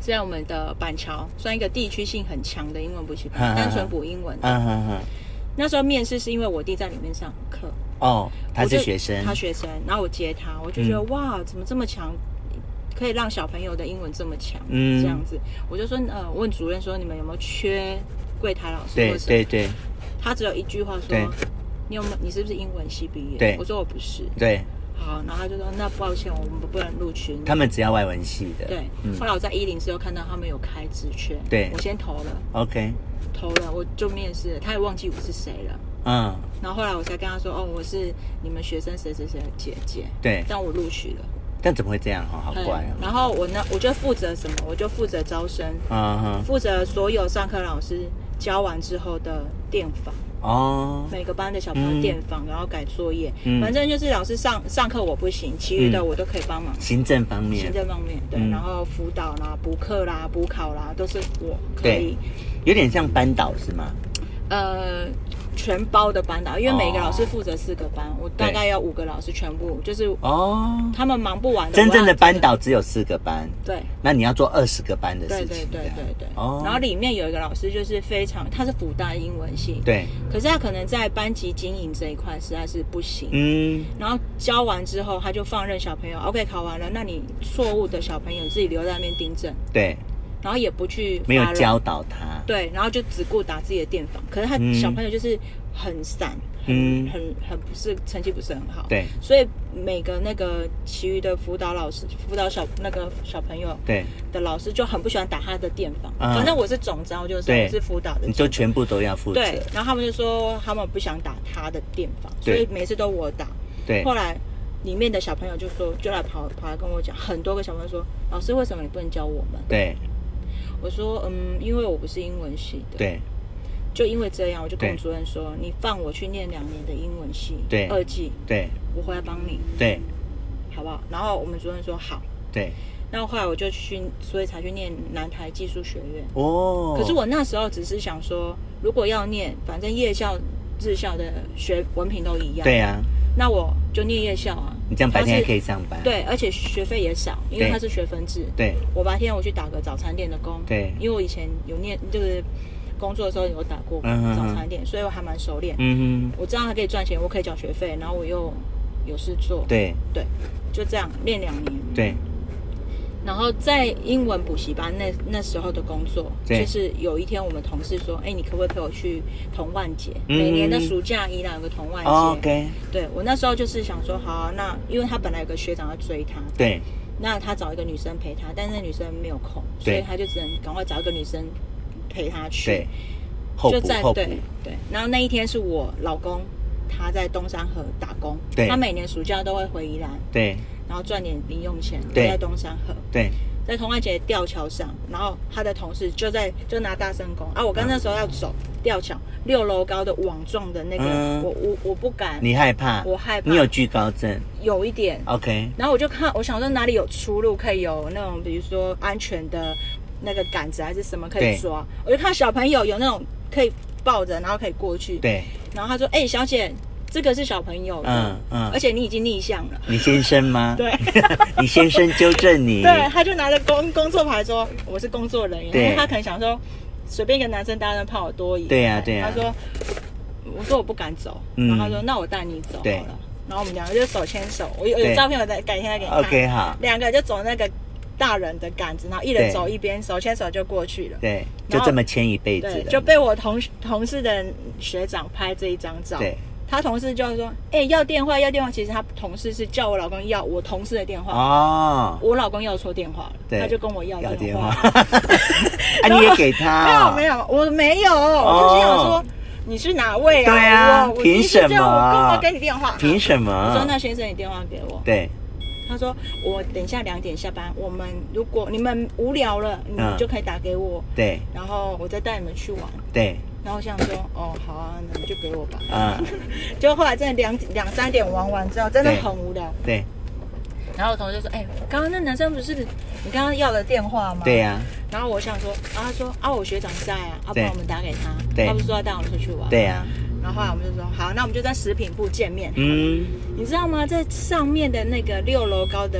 Speaker 2: 是在我们的板桥，算一个地区性很强的英文补习
Speaker 1: 哈哈
Speaker 2: 班，
Speaker 1: 哈
Speaker 2: 单纯补英文的。
Speaker 1: 嗯哼哼，
Speaker 2: 那时候面试是因为我弟在里面上课，
Speaker 1: 哦，他
Speaker 2: 我
Speaker 1: 是
Speaker 2: 就
Speaker 1: 学生，嗯
Speaker 2: 他学生，然后我接他，我就觉得、哇，怎么这么强，可以让小朋友的英文这么强，
Speaker 1: 嗯
Speaker 2: 这样子，我就说呃，问主任说你们有没有缺柜台老师或
Speaker 1: 对
Speaker 2: 者什么
Speaker 1: 对对
Speaker 2: 他只有一句话说
Speaker 1: 对，
Speaker 2: 你有没有你是不是英文系毕业？
Speaker 1: 对
Speaker 2: 我说我不是，
Speaker 1: 对，
Speaker 2: 好，然后他就说那抱歉，我们不能录取你。
Speaker 1: 他们只要外文系的。
Speaker 2: 对，
Speaker 1: 嗯
Speaker 2: 后来我在一零四又看到他们有开职缺，
Speaker 1: 对
Speaker 2: 我先投了，
Speaker 1: ，OK，
Speaker 2: 投了我就面试了，他也忘记我是谁了。
Speaker 1: 嗯，
Speaker 2: 然后后来我才跟他说，哦，我是你们学生谁谁谁的姐姐，
Speaker 1: 对，
Speaker 2: 但我录取了。
Speaker 1: 但怎么会这样哈、好怪
Speaker 2: 嗯
Speaker 1: 哦。
Speaker 2: 然后我呢，我就负责什么？我就负责招生，
Speaker 1: 嗯哼，
Speaker 2: 负责所有上课老师教完之后的电访，
Speaker 1: 哦，
Speaker 2: 每个班的小朋友电访，然后改作业。
Speaker 1: 嗯
Speaker 2: 反正就是老师上上课我不行，其余的我都可以帮忙。
Speaker 1: 行政方
Speaker 2: 行
Speaker 1: 面
Speaker 2: 政方面，对，
Speaker 1: 嗯
Speaker 2: 然后辅导啦、补课啦、补考啦，都是我可
Speaker 1: 对
Speaker 2: 以，
Speaker 1: 有点像班导是吗？
Speaker 2: 呃，全包的班导，因为每个
Speaker 1: 哦
Speaker 2: 老师负责四个班，我大概要五个老师全部，就是
Speaker 1: 哦，
Speaker 2: 他们忙不完的。
Speaker 1: 真正
Speaker 2: 我要
Speaker 1: 的班导只有四个班，
Speaker 2: 对。
Speaker 1: 那你要做二十个班的
Speaker 2: 对
Speaker 1: 事
Speaker 2: 对
Speaker 1: 情。
Speaker 2: 对
Speaker 1: 这样
Speaker 2: 对对，
Speaker 1: 哦，
Speaker 2: 然后里面有一个老师就是非常，他是复旦英文系，，
Speaker 1: 对，
Speaker 2: 可是他可能在班级经营这一块实在是不行，
Speaker 1: 嗯，
Speaker 2: 然后教完之后他就放任小朋友，OK 考完了，那你错误的小朋友自己留在那边订正，
Speaker 1: 对，
Speaker 2: 然后也不去
Speaker 1: 没有
Speaker 2: follow
Speaker 1: 教导他。
Speaker 2: 对，然后就只顾打自己的电访。可是他
Speaker 1: 嗯
Speaker 2: 小朋友就是很散，
Speaker 1: 嗯
Speaker 2: 很很不是成绩不是很好。
Speaker 1: 对，
Speaker 2: 所以每个那个其余的辅导老师、辅导小那个小朋友
Speaker 1: 对，
Speaker 2: 的老师就很不喜欢打他的电访。
Speaker 1: 嗯
Speaker 2: 反正我是总招，就是
Speaker 1: 对
Speaker 2: 我是辅导的
Speaker 1: 你。就全部都要负责。
Speaker 2: 对，然后他们就说他们不想打他的电访，所
Speaker 1: 对
Speaker 2: 以每次都我打。
Speaker 1: 对
Speaker 2: 后来里面的小朋友就说，就来跑跑来跟我讲，很多个小朋友说，老师为什么你不能教我们？
Speaker 1: 对
Speaker 2: 我说，嗯，因为我不是英文系的。
Speaker 1: 对
Speaker 2: 就因为这样，我就跟我
Speaker 1: 对
Speaker 2: 主任说：“你放我去念两年的英文系，
Speaker 1: 对
Speaker 2: 二技，
Speaker 1: 对
Speaker 2: 我回来帮你，
Speaker 1: 对
Speaker 2: 好不好？”然后我们主任说：“好。
Speaker 1: 对，”
Speaker 2: 那后来我就去，所以才去念南台技术学院。
Speaker 1: 哦。
Speaker 2: 可是我那时候只是想说，如果要念，反正夜校、日校的学文凭都一样，
Speaker 1: 对，啊，
Speaker 2: 那我就念夜校啊。
Speaker 1: 你这样白天还可以
Speaker 2: 它
Speaker 1: 上班。
Speaker 2: 是对，而且学费也少，因为
Speaker 1: 对
Speaker 2: 它是学分制。
Speaker 1: 对
Speaker 2: 我白天我去打个早餐店的工，
Speaker 1: 对
Speaker 2: 因为我以前有念就是工作的时候有打过
Speaker 1: 嗯哼哼
Speaker 2: 早餐店，所以我还蛮熟练。
Speaker 1: 嗯
Speaker 2: 我这样还可以赚钱，我可以缴学费，然后我又有事做。
Speaker 1: 哼，对
Speaker 2: 对，就这样练两年。
Speaker 1: 对
Speaker 2: 然后在英文补习班那那时候的工作，
Speaker 1: 对
Speaker 2: 就是有一天我们同事说：“哎，你可不可以陪我去童万节？
Speaker 1: 嗯哦
Speaker 2: 每年的暑假依然有个童万节。
Speaker 1: ，OK，
Speaker 2: 对我那时候就是想说，好啊、那因为他本来有个学长要追他，
Speaker 1: 对
Speaker 2: 那他找一个女生陪他，但是那女生没有空，所
Speaker 1: 对
Speaker 2: 以他就只能赶快找一个女生陪他去。
Speaker 1: 对，后
Speaker 2: 就
Speaker 1: 补
Speaker 2: 在
Speaker 1: 后补
Speaker 2: 对，对。然后那一天是我老公他在东山河打工，
Speaker 1: 对
Speaker 2: 他每年暑假都会回宜兰，
Speaker 1: 对
Speaker 2: 然后赚点零用钱，
Speaker 1: 对
Speaker 2: 在东山河。
Speaker 1: 对
Speaker 2: 在童安节吊桥上，然后他的同事就在就拿大声公啊！我
Speaker 1: 嗯
Speaker 2: 刚那时候要走吊桥，六楼高的网状的那个，
Speaker 1: 嗯
Speaker 2: 我我我不敢，
Speaker 1: 你害怕？
Speaker 2: 我害怕
Speaker 1: 你有惧高症
Speaker 2: 有一点。
Speaker 1: ？OK，
Speaker 2: 然后我就看，我想说哪里有出路，可以有那种比如说安全的那个杆子还是什么可以
Speaker 1: 对
Speaker 2: 抓。我就看小朋友有那种可以抱着，然后可以过去。
Speaker 1: 对，
Speaker 2: 然后他说：“哎、小姐，这个是小朋友的，
Speaker 1: 嗯嗯
Speaker 2: 而且你已经逆向了。
Speaker 1: 你先生吗？
Speaker 2: [laughs] 对，
Speaker 1: 你先生纠正你。
Speaker 2: 对，他就拿着工工作牌说：“我是工作人员。”
Speaker 1: 嗯对
Speaker 2: 因为他可能想说，随便一个男生搭讪怕我多疑。
Speaker 1: 对呀对呀
Speaker 2: 他说：“我说我不敢走。
Speaker 1: 嗯
Speaker 2: 然后他说：“那我带你走好
Speaker 1: 对
Speaker 2: 了。”然后我们两个就手牵手，我有
Speaker 1: 对
Speaker 2: 有照片，我再改天再给你看。
Speaker 1: OK，好，
Speaker 2: 两个就走那个大人的杆子，然后一人
Speaker 1: 对
Speaker 2: 走一边，手牵手就过去了。
Speaker 1: 对，就
Speaker 2: 然后
Speaker 1: 这么牵一辈子
Speaker 2: 对，
Speaker 1: 了。
Speaker 2: 就被我同同事的学长拍这一张照。
Speaker 1: 对，
Speaker 2: 他同事就说：“哎、要电话，要电话。”其实他同事是叫我老公要我同事的电话，
Speaker 1: 哦，
Speaker 2: 我老公要错电话了，
Speaker 1: 对
Speaker 2: 他就跟我要
Speaker 1: 要
Speaker 2: 电
Speaker 1: 电
Speaker 2: 话，
Speaker 1: 话。啊，你也给
Speaker 2: [laughs] 没
Speaker 1: 他
Speaker 2: 有
Speaker 1: 哦？
Speaker 2: 没有，我没有，我就心想说你是哪位啊？
Speaker 1: 对啊
Speaker 2: 我我
Speaker 1: 凭
Speaker 2: 第一次
Speaker 1: 什
Speaker 2: 这样我干嘛
Speaker 1: 么
Speaker 2: 给你电话？
Speaker 1: 凭什么？
Speaker 2: 我说那先生，你电话给我。
Speaker 1: 对
Speaker 2: 他说我等一下两点下班，我们如果你们无聊了，你们
Speaker 1: 嗯
Speaker 2: 就可以打给我，
Speaker 1: 对
Speaker 2: 然后我再带你们去玩。
Speaker 1: 对，
Speaker 2: 然后我想说，哦，好啊，那你就给我吧。
Speaker 1: 啊、
Speaker 2: 就后来真的两两三点玩完之后，真的
Speaker 1: 对
Speaker 2: 很无聊。
Speaker 1: 对
Speaker 2: 然后我同事就说：“哎、刚刚那男生不是你刚刚要的电话吗？”
Speaker 1: 对、呀、
Speaker 2: 然后我想说，然后他说：“啊，我学长在啊，啊，不
Speaker 1: 对
Speaker 2: 然我们打给他。
Speaker 1: 对
Speaker 2: 他不是说要带我们出去玩？
Speaker 1: 对。呀、
Speaker 2: 然后后来我们就说：“好，那我们就在食品部见面。
Speaker 1: 嗯，
Speaker 2: 你知道吗？在上面的那个六楼高的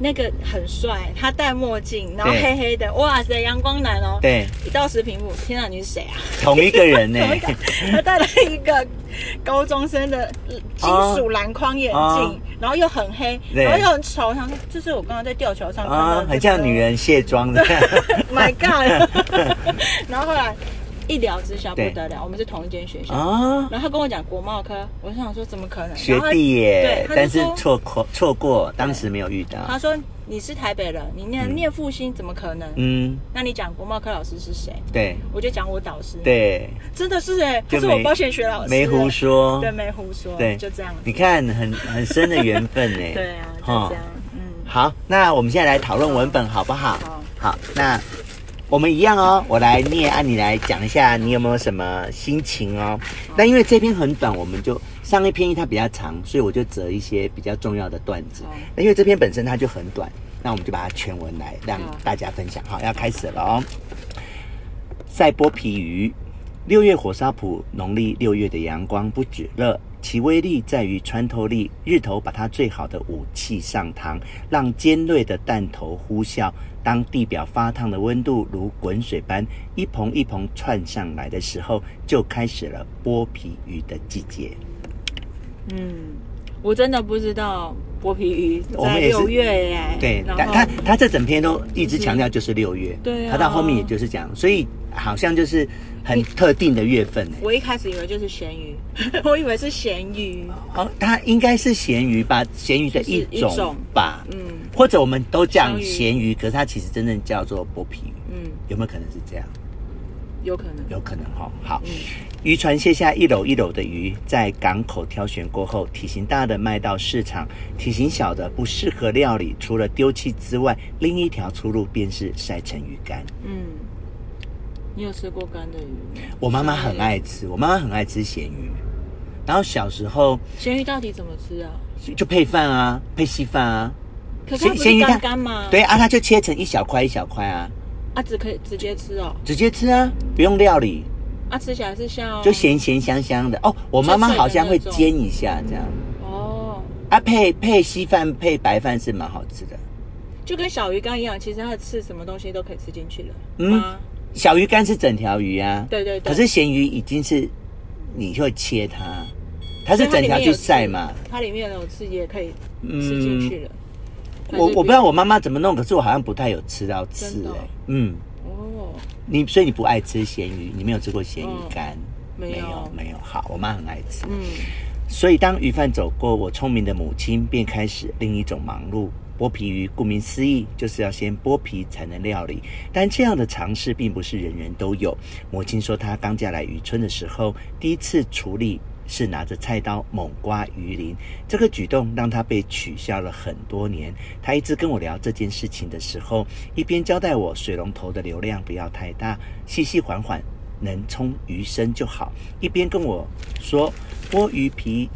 Speaker 2: 那个很帅，他戴墨镜，然后
Speaker 1: 对
Speaker 2: 黑黑的，哇塞，阳光男哦。
Speaker 1: 对，
Speaker 2: 一到食品部，天啊，你是谁啊？ [laughs]
Speaker 1: 同一个人呢、
Speaker 2: 同一个，他戴了一个高中生的金属蓝框眼镜，
Speaker 1: 哦
Speaker 2: 然后又很黑，
Speaker 1: 对
Speaker 2: 然后又很丑。我想说，这是我刚刚在吊桥上
Speaker 1: 哦
Speaker 2: 看到的、
Speaker 1: [laughs] 啊，很像女。人卸妆的，
Speaker 2: My God！然后后来。一聊之下不
Speaker 1: 对
Speaker 2: 得了，我们是同一间学校。
Speaker 1: 啊，
Speaker 2: 然后他跟我讲国贸科，我就想说怎么可能？
Speaker 1: 学
Speaker 2: 然后他
Speaker 1: 弟耶
Speaker 2: 对，他就
Speaker 1: 但是
Speaker 2: 说
Speaker 1: 错过错过，当时没有遇到。
Speaker 2: 他说你是台北人，你念、念复兴怎么可能？
Speaker 1: 嗯，
Speaker 2: 那你讲国贸科老师是谁？
Speaker 1: 对
Speaker 2: 我就讲我导师，，
Speaker 1: 对，
Speaker 2: 真的是哎、
Speaker 1: 就
Speaker 2: 他是我
Speaker 1: 没
Speaker 2: 保险学老师，
Speaker 1: 没胡，说，
Speaker 2: 对，没胡说，
Speaker 1: 对
Speaker 2: 就这样子，。
Speaker 1: 你看很很深的缘分呢
Speaker 2: 对啊，就
Speaker 1: 哦
Speaker 2: 这样，嗯，
Speaker 1: 好，那我们现在来讨论文本好不好？
Speaker 2: 好
Speaker 1: 好，那我们一样哦，我来念，按、你来讲一下，你有没有什么心情哦？那因为这篇很短，我们就上一篇它比较长，所以我就择一些比较重要的段子
Speaker 2: 好。
Speaker 1: 那因为这篇本身它就很短，那我们就把它全文来让
Speaker 2: 好
Speaker 1: 大家分享。好，要开始了哦。赛波皮鱼，六月火烧埔，农历六月的阳光不止热，其威力在于穿透力。日头把它最好的武器上膛，让尖锐的弹头呼啸。当地表发烫的温度如滚水般一蓬一蓬窜上来的时候，就开始了剥皮鱼的季节。
Speaker 2: 嗯，我真的不知道剥皮鱼
Speaker 1: 我
Speaker 2: 在
Speaker 1: 们也是
Speaker 2: 六月耶，
Speaker 1: 对，
Speaker 2: 然
Speaker 1: 但
Speaker 2: 后
Speaker 1: 他他这整篇都一直强调就是六月，
Speaker 2: 对啊
Speaker 1: 他到后面也就是讲，所以好像就是很特定的月份欸
Speaker 2: 我一开始以为就是咸鱼， [laughs] 我以为是咸鱼，
Speaker 1: 哦，它应该是咸鱼吧，咸鱼的
Speaker 2: 是
Speaker 1: 一
Speaker 2: 一
Speaker 1: 种
Speaker 2: 种
Speaker 1: 吧，
Speaker 2: 嗯
Speaker 1: 或者我们都讲
Speaker 2: 香鱼
Speaker 1: 咸鱼，可是它其实真正叫做剥皮鱼，
Speaker 2: 嗯，
Speaker 1: 有没有可能是这样？
Speaker 2: 有可能，
Speaker 1: 有可能哈、哦。好，
Speaker 2: 嗯
Speaker 1: 渔船卸下一篓一篓的鱼，在港口挑选过后，体型大的卖到市场，体型小的不适合料理，除了丢弃之外，另一条出路便是晒成鱼干。
Speaker 2: 嗯，你有吃过干的鱼吗？
Speaker 1: 我妈妈很爱吃，我妈妈很爱吃咸鱼，然后小时候
Speaker 2: 咸鱼到底怎么吃啊？
Speaker 1: 就配饭啊，配稀饭啊。
Speaker 2: 可是它不
Speaker 1: 咸
Speaker 2: 是
Speaker 1: 鱼它
Speaker 2: 干干吗？
Speaker 1: 对啊，它就切成一小块一小块啊，
Speaker 2: 啊，只可以直接吃哦，
Speaker 1: 直接吃啊，不用料理，
Speaker 2: 啊，吃起来是像
Speaker 1: 就咸咸香香的。哦，我妈妈好像会煎一下这样，
Speaker 2: 哦，
Speaker 1: 啊配配稀饭配白饭是蛮好吃的。
Speaker 2: 就跟小鱼干一样，其实它的刺什么东西都可以吃进去了。
Speaker 1: 嗯
Speaker 2: 吗
Speaker 1: 小鱼干是整条鱼啊，
Speaker 2: 对对对
Speaker 1: 可是咸鱼已经是你会切它，它是整条去晒嘛。嗯
Speaker 2: 它里面有刺也可以吃进去了。还是
Speaker 1: 我我不知道我妈妈怎么弄，可是我好像不太有吃到刺
Speaker 2: 真的哦
Speaker 1: 哎、嗯，
Speaker 2: 哦，
Speaker 1: 你所以你不爱吃咸鱼，你没有吃过咸鱼干、
Speaker 2: 嗯没有
Speaker 1: 没有，好，我妈很爱吃。
Speaker 2: 嗯
Speaker 1: 所以，当鱼贩走过，我聪明的母亲便开始另一种忙碌。剥皮鱼，顾名思义，就是要先剥皮才能料理。但这样的尝试并不是人人都有。母亲说，她刚嫁来渔村的时候，第一次处理是拿着菜刀猛刮鱼鳞，这个举动让她被取笑了很多年。她一直跟我聊这件事情的时候，一边交代我水龙头的流量不要太大，细细缓缓能冲鱼身就好，一边跟我说剥鱼皮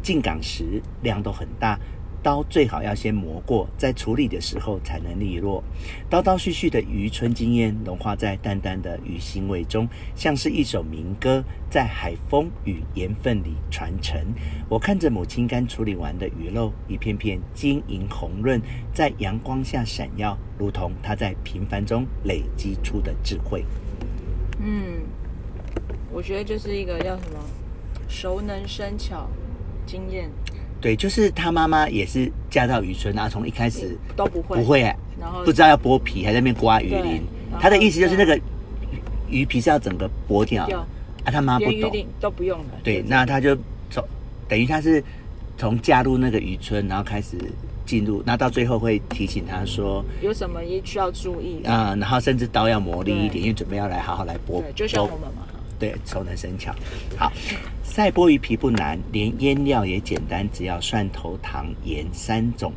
Speaker 1: 进港时量都很大，刀最好要先磨过，在处理的时候才能利落。刀刀续续的渔村经验融化在淡淡的鱼腥味中，像是一首民歌在海风与盐分里传承。我看着母亲刚处理完的鱼肉，一片片晶莹红润，在阳光下闪耀，如同她在平凡中累积出的智慧。
Speaker 2: 嗯，我觉得就是一个叫什么熟能生巧，经验
Speaker 1: 对，就是她妈妈也是嫁到渔村啊，从一开始
Speaker 2: 都不会
Speaker 1: 不，会、啊，
Speaker 2: 然后
Speaker 1: 不知道要剥皮，还在那边刮鱼
Speaker 2: 对
Speaker 1: 鳞。
Speaker 2: 然
Speaker 1: 他的
Speaker 2: 后
Speaker 1: 意思就是
Speaker 2: 再
Speaker 1: 那个鱼皮是要整个剥掉，
Speaker 2: 掉
Speaker 1: 啊，他妈不
Speaker 2: 连鱼
Speaker 1: 懂
Speaker 2: 鳞，都不用了。
Speaker 1: 对，
Speaker 2: 就
Speaker 1: 那他就从等于他是从嫁入那个渔村，然后开始进入，那到最后会提醒他说，
Speaker 2: 有什么也需要注意的。
Speaker 1: 啊、然后甚至刀要磨利一
Speaker 2: 对
Speaker 1: 点，因为准备要来好好来剥
Speaker 2: 对，，就像
Speaker 1: 剥
Speaker 2: 我们嘛，哈
Speaker 1: 对，熟能生巧。好，赛波鱼皮不难，连腌料也简单，只要蒜头、糖、盐三种。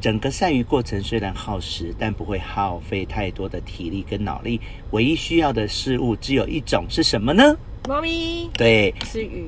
Speaker 1: 整个晒鱼过程虽然耗时，但不会耗费太多的体力跟脑力。唯一需要的事物只有一种，是什么呢？
Speaker 2: 猫咪
Speaker 1: 对，
Speaker 2: 吃鱼，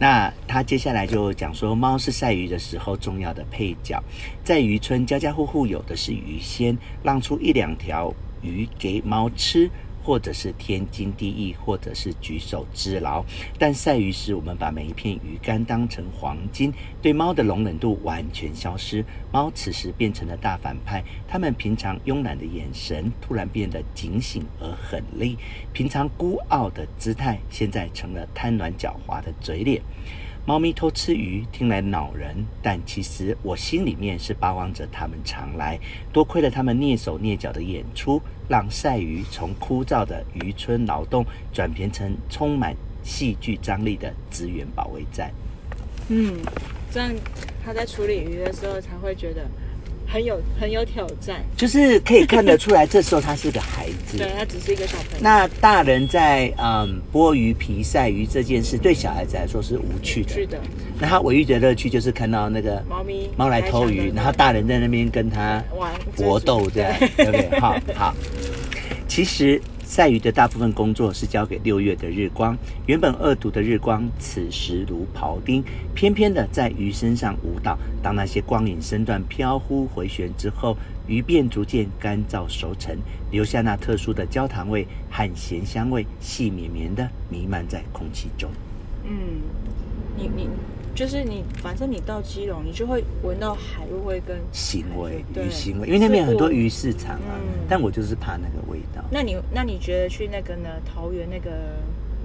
Speaker 1: 那他接下来就讲说，猫是晒鱼的时候重要的配角，在渔村家家户户有的是鱼鲜，让出一两条鱼给猫吃，或者是天经地义，或者是举手之劳。但晒鱼时，我们把每一片鱼干当成黄金，对猫的容忍度完全消失。猫此时变成了大反派，它们平常慵懒的眼神突然变得警醒而狠厉，平常孤傲的姿态现在成了贪婪狡猾的嘴脸。猫咪偷吃鱼，听来恼人，但其实我心里面是巴望着他们常来。多亏了他们蹑手蹑脚的演出，让晒鱼从枯燥的渔村劳动转变成充满戏剧张力的资源保卫 [laughs] 战。
Speaker 2: 嗯，这样他在处理鱼的时候才会觉得很有很有挑战。
Speaker 1: 就是可以看得出来，这时候他是个孩子。
Speaker 2: 对他只是一个小朋友。
Speaker 1: 那大人在嗯剥鱼皮晒鱼这件事，对小孩子来说是无趣的。
Speaker 2: 去的
Speaker 1: 那他唯一的乐趣就是看到那个
Speaker 2: 猫咪
Speaker 1: 猫来偷
Speaker 2: 还
Speaker 1: 鱼，
Speaker 2: 想
Speaker 1: 然后大人在那边跟他
Speaker 2: 玩
Speaker 1: 搏斗，这样对不对？好好。其实晒鱼的大部分工作是交给六月的日光，原本恶毒的日光此时如庖丁，偏偏的在鱼身上舞蹈。当那些光影身段飘忽回旋之后，鱼便逐渐干燥熟成，留下那特殊的焦糖味和咸香味，细绵绵的弥漫在空气中。
Speaker 2: 嗯，你你就是你，反正你到基隆，你就会闻到海味会跟
Speaker 1: 腥味、
Speaker 2: 对
Speaker 1: 鱼腥味，因为那边有很多
Speaker 2: 是我
Speaker 1: 鱼市场啊，
Speaker 2: 嗯
Speaker 1: 但我就是怕那个味道，
Speaker 2: 那你那你觉得去那个呢？桃园那个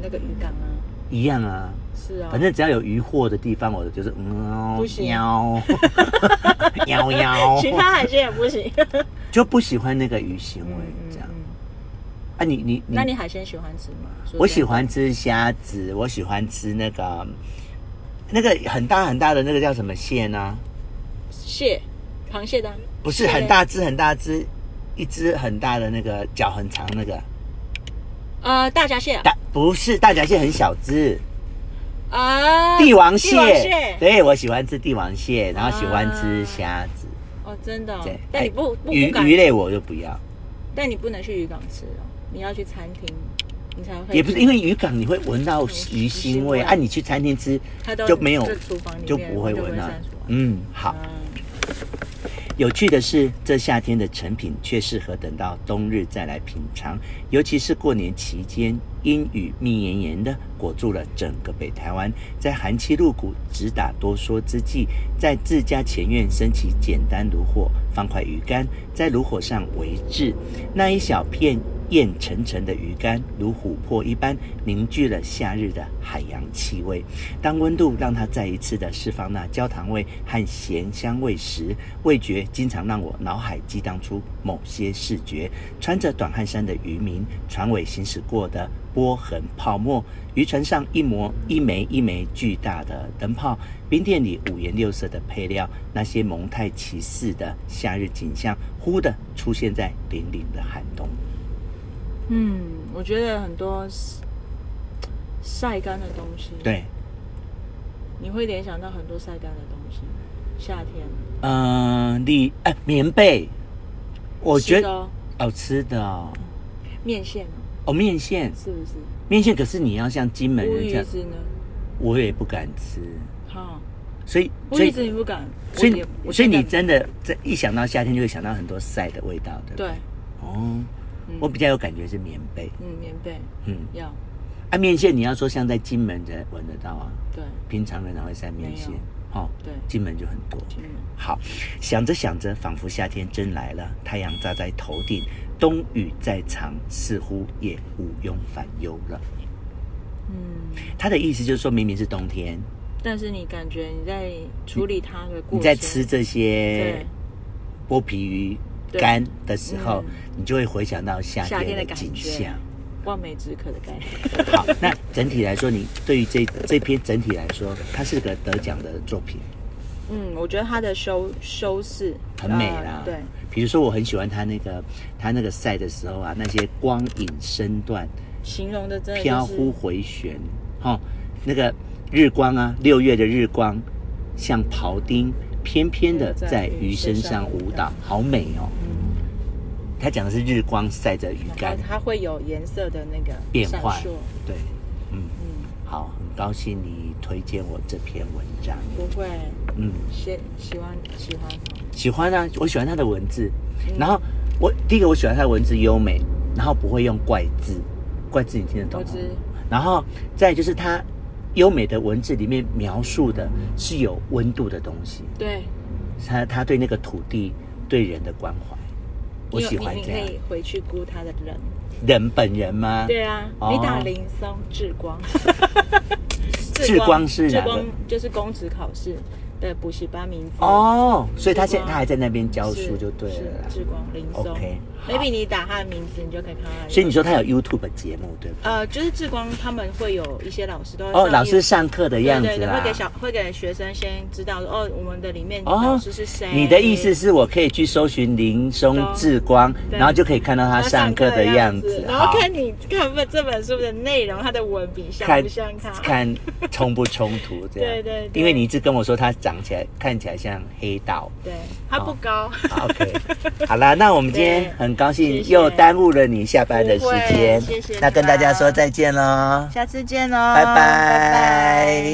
Speaker 2: 那个渔港啊？
Speaker 1: 一样啊。
Speaker 2: 是啊，
Speaker 1: 反
Speaker 2: [laughs]
Speaker 1: 正只要有鱼货的地方，我就是嗯，
Speaker 2: 不行
Speaker 1: 喵 [laughs]
Speaker 2: [laughs]
Speaker 1: 喵喵，
Speaker 2: 其他海鲜也不
Speaker 1: [laughs]
Speaker 2: 行。
Speaker 1: 就不喜欢那个鱼腥味
Speaker 2: 嗯
Speaker 1: 这样。
Speaker 2: 嗯嗯
Speaker 1: 啊，你你
Speaker 2: 那你海鲜喜欢吃吗？
Speaker 1: 我喜欢吃虾子，我喜欢吃那个那个很大很大的那个叫什么蟹呢？
Speaker 2: 蟹，螃蟹的啊
Speaker 1: 不是
Speaker 2: 蟹
Speaker 1: 很大只很大只，一只很大的那个脚很长那个，
Speaker 2: 呃大闸蟹啊
Speaker 1: 大不是大闸蟹很小只。
Speaker 2: 啊
Speaker 1: 帝王蟹，
Speaker 2: 帝王蟹
Speaker 1: 对我喜欢吃帝王蟹，然后喜欢吃虾子，
Speaker 2: 哦，真的哦
Speaker 1: 对。。
Speaker 2: 但你
Speaker 1: 哎
Speaker 2: 不不
Speaker 1: 鱼
Speaker 2: 不敢
Speaker 1: 鱼类我就不要，
Speaker 2: 但你不能去渔港吃哦，你要去餐厅，你才会。
Speaker 1: 也不是因为渔港你会闻到鱼
Speaker 2: 鱼
Speaker 1: 腥
Speaker 2: 腥
Speaker 1: 味，
Speaker 2: 味
Speaker 1: 啊，你去餐厅吃
Speaker 2: 它都
Speaker 1: 就没有
Speaker 2: 就厨房里面
Speaker 1: 就不会闻到
Speaker 2: 散出来。
Speaker 1: 嗯，好。
Speaker 2: 啊
Speaker 1: 有趣的是，这夏天的成品却适合等到冬日再来品尝，尤其是过年期间，阴雨密严严的裹住了整个北台湾，在寒气入骨、直打多说之际，在自家前院升起简单炉火，放块鱼干在炉火上围制，那一小片艳沉沉的鱼干，如琥珀一般凝聚了夏日的海洋气味。当温度让它再一次的释放那焦糖味和咸香味时，味觉经常让我脑海激荡出某些视觉：穿着短汗衫的渔民，船尾行驶过的波痕泡沫，渔船上一模一枚一枚巨大的灯泡，冰店里五颜六色的配料，那些蒙太奇似的夏日景象，忽的出现在凛凛的寒冬。
Speaker 2: 嗯，我觉得很多 s- 晒干的东西，，
Speaker 1: 对，
Speaker 2: 你会联想到很多晒干的东西。夏天，
Speaker 1: 嗯、你哎、棉被，我觉
Speaker 2: 吃的
Speaker 1: 得
Speaker 2: 哦
Speaker 1: 哦，吃的哦，
Speaker 2: 面线哦
Speaker 1: 哦面线，
Speaker 2: 是不是？
Speaker 1: 面线可是你要像金门
Speaker 2: 乌
Speaker 1: 人这
Speaker 2: 鱼
Speaker 1: 样，
Speaker 2: 子呢？
Speaker 1: 我也不敢吃，
Speaker 2: 哈，
Speaker 1: 所以
Speaker 2: 乌
Speaker 1: 所
Speaker 2: 鱼
Speaker 1: 以
Speaker 2: 子你不敢，
Speaker 1: 所
Speaker 2: 我
Speaker 1: 以
Speaker 2: 也我
Speaker 1: 所以你
Speaker 2: 现在
Speaker 1: 真的这一想到夏天就会想到很多晒的味道，对不对？
Speaker 2: 对，
Speaker 1: 哦，
Speaker 2: 嗯
Speaker 1: 我比较有感觉是棉被，
Speaker 2: 嗯，棉被
Speaker 1: 嗯，
Speaker 2: 要
Speaker 1: 啊面线你要说像在金门才闻得到啊，
Speaker 2: 对
Speaker 1: 平常人哪会晒面线
Speaker 2: 没有？
Speaker 1: 哦，
Speaker 2: 对，
Speaker 1: 金门就很多。
Speaker 2: 嗯
Speaker 1: 好，想着想着，仿佛夏天真来了，太阳照在头顶，冬雨在场，似乎也无庸反忧了。
Speaker 2: 嗯，
Speaker 1: 他的意思就是说明明是冬天，
Speaker 2: 但是你感觉你在处理它的过程，
Speaker 1: 你在吃哎这些
Speaker 2: 对
Speaker 1: 剥皮鱼
Speaker 2: 对
Speaker 1: 干的时候
Speaker 2: 嗯，
Speaker 1: 你就会回想到夏
Speaker 2: 夏天
Speaker 1: 天
Speaker 2: 的
Speaker 1: 的
Speaker 2: 感
Speaker 1: 景
Speaker 2: 觉
Speaker 1: 象。，
Speaker 2: 望梅止渴的感觉。
Speaker 1: 好，那整体来说，你对于这这篇整体来说，它是个得奖的作品，
Speaker 2: 嗯，我觉得它的修修饰
Speaker 1: 很美
Speaker 2: 呃
Speaker 1: 啦。
Speaker 2: 对，
Speaker 1: 比如说我很喜欢它那个它那个晒的时候啊，那些光影身段。
Speaker 2: 形容的真的、就是、
Speaker 1: 飘忽回旋，哈、那个日光啊，六月的日光，像庖丁翩翩的在鱼身上舞蹈，好美哦。
Speaker 2: 嗯，
Speaker 1: 他讲的是日光晒着鱼
Speaker 2: 然
Speaker 1: 干
Speaker 2: 后，它会有颜色的那个
Speaker 1: 变
Speaker 2: 闪
Speaker 1: 换
Speaker 2: 烁。
Speaker 1: 对，嗯，
Speaker 2: 嗯，
Speaker 1: 好，很高兴你推荐我这篇文章，
Speaker 2: 不会，
Speaker 1: 嗯，
Speaker 2: 喜喜欢喜欢。
Speaker 1: 喜欢啊，我喜欢他的文字，
Speaker 2: 嗯
Speaker 1: 然后我第一个我喜欢他的文字优美，然后不会用怪字，怪字你听得懂
Speaker 2: 我
Speaker 1: 吗？
Speaker 2: 知
Speaker 1: 然后再就是它优美的文字里面描述的是有温度的东西，
Speaker 2: 对，
Speaker 1: 他他对那个土地对人的关怀，我
Speaker 2: 你有
Speaker 1: 喜欢
Speaker 2: 你你
Speaker 1: 这
Speaker 2: 可
Speaker 1: 样。
Speaker 2: 以回去估它的人。
Speaker 1: 人本人吗？
Speaker 2: 对啊，
Speaker 1: 哦 [laughs]
Speaker 2: 你打林松志光，志光
Speaker 1: 光是
Speaker 2: 志
Speaker 1: 哪
Speaker 2: 光
Speaker 1: 个？
Speaker 2: 就是公职考试的补习班名字。
Speaker 1: 哦，所以他现
Speaker 2: 志光
Speaker 1: 他还在那边教书
Speaker 2: 是
Speaker 1: 就对了啦
Speaker 2: 是。志光林松
Speaker 1: OK，好
Speaker 2: maybe 你打他的名字，你就可以看到他的。
Speaker 1: 所以你说他有 YouTube 节目对吧？
Speaker 2: 呃，就是志光他们会有一些老师都会
Speaker 1: 哦，
Speaker 2: 上
Speaker 1: 老师
Speaker 2: YouTube-
Speaker 1: 上课的
Speaker 2: 对
Speaker 1: 样
Speaker 2: 对
Speaker 1: 子啊
Speaker 2: 对，
Speaker 1: 啦
Speaker 2: 会。给小会给学生先知道说哦，我们的里面
Speaker 1: 哦
Speaker 2: 老师是谁。
Speaker 1: 你的意思是我可以去搜寻林松志光，
Speaker 2: 对
Speaker 1: 然后就可以看到他上课的样子，
Speaker 2: 然后看你看本这本书的内容，它的文笔像
Speaker 1: 看
Speaker 2: 不像他？
Speaker 1: [laughs] 看冲不冲突这样。
Speaker 2: [laughs] 对对对
Speaker 1: 因为你一直跟我说他长起来看起来像黑
Speaker 2: [laughs]
Speaker 1: 道。
Speaker 2: 对，它不高。
Speaker 1: 好
Speaker 2: [laughs]
Speaker 1: OK，好啦，那我们今天
Speaker 2: 对
Speaker 1: 很高兴
Speaker 2: 谢谢
Speaker 1: 又耽误了你下班的时
Speaker 2: 不会
Speaker 1: 间，
Speaker 2: 谢谢你
Speaker 1: 那跟大家说
Speaker 2: 们
Speaker 1: 再见喽，
Speaker 2: 下次见哦，
Speaker 1: 拜拜
Speaker 2: 拜拜。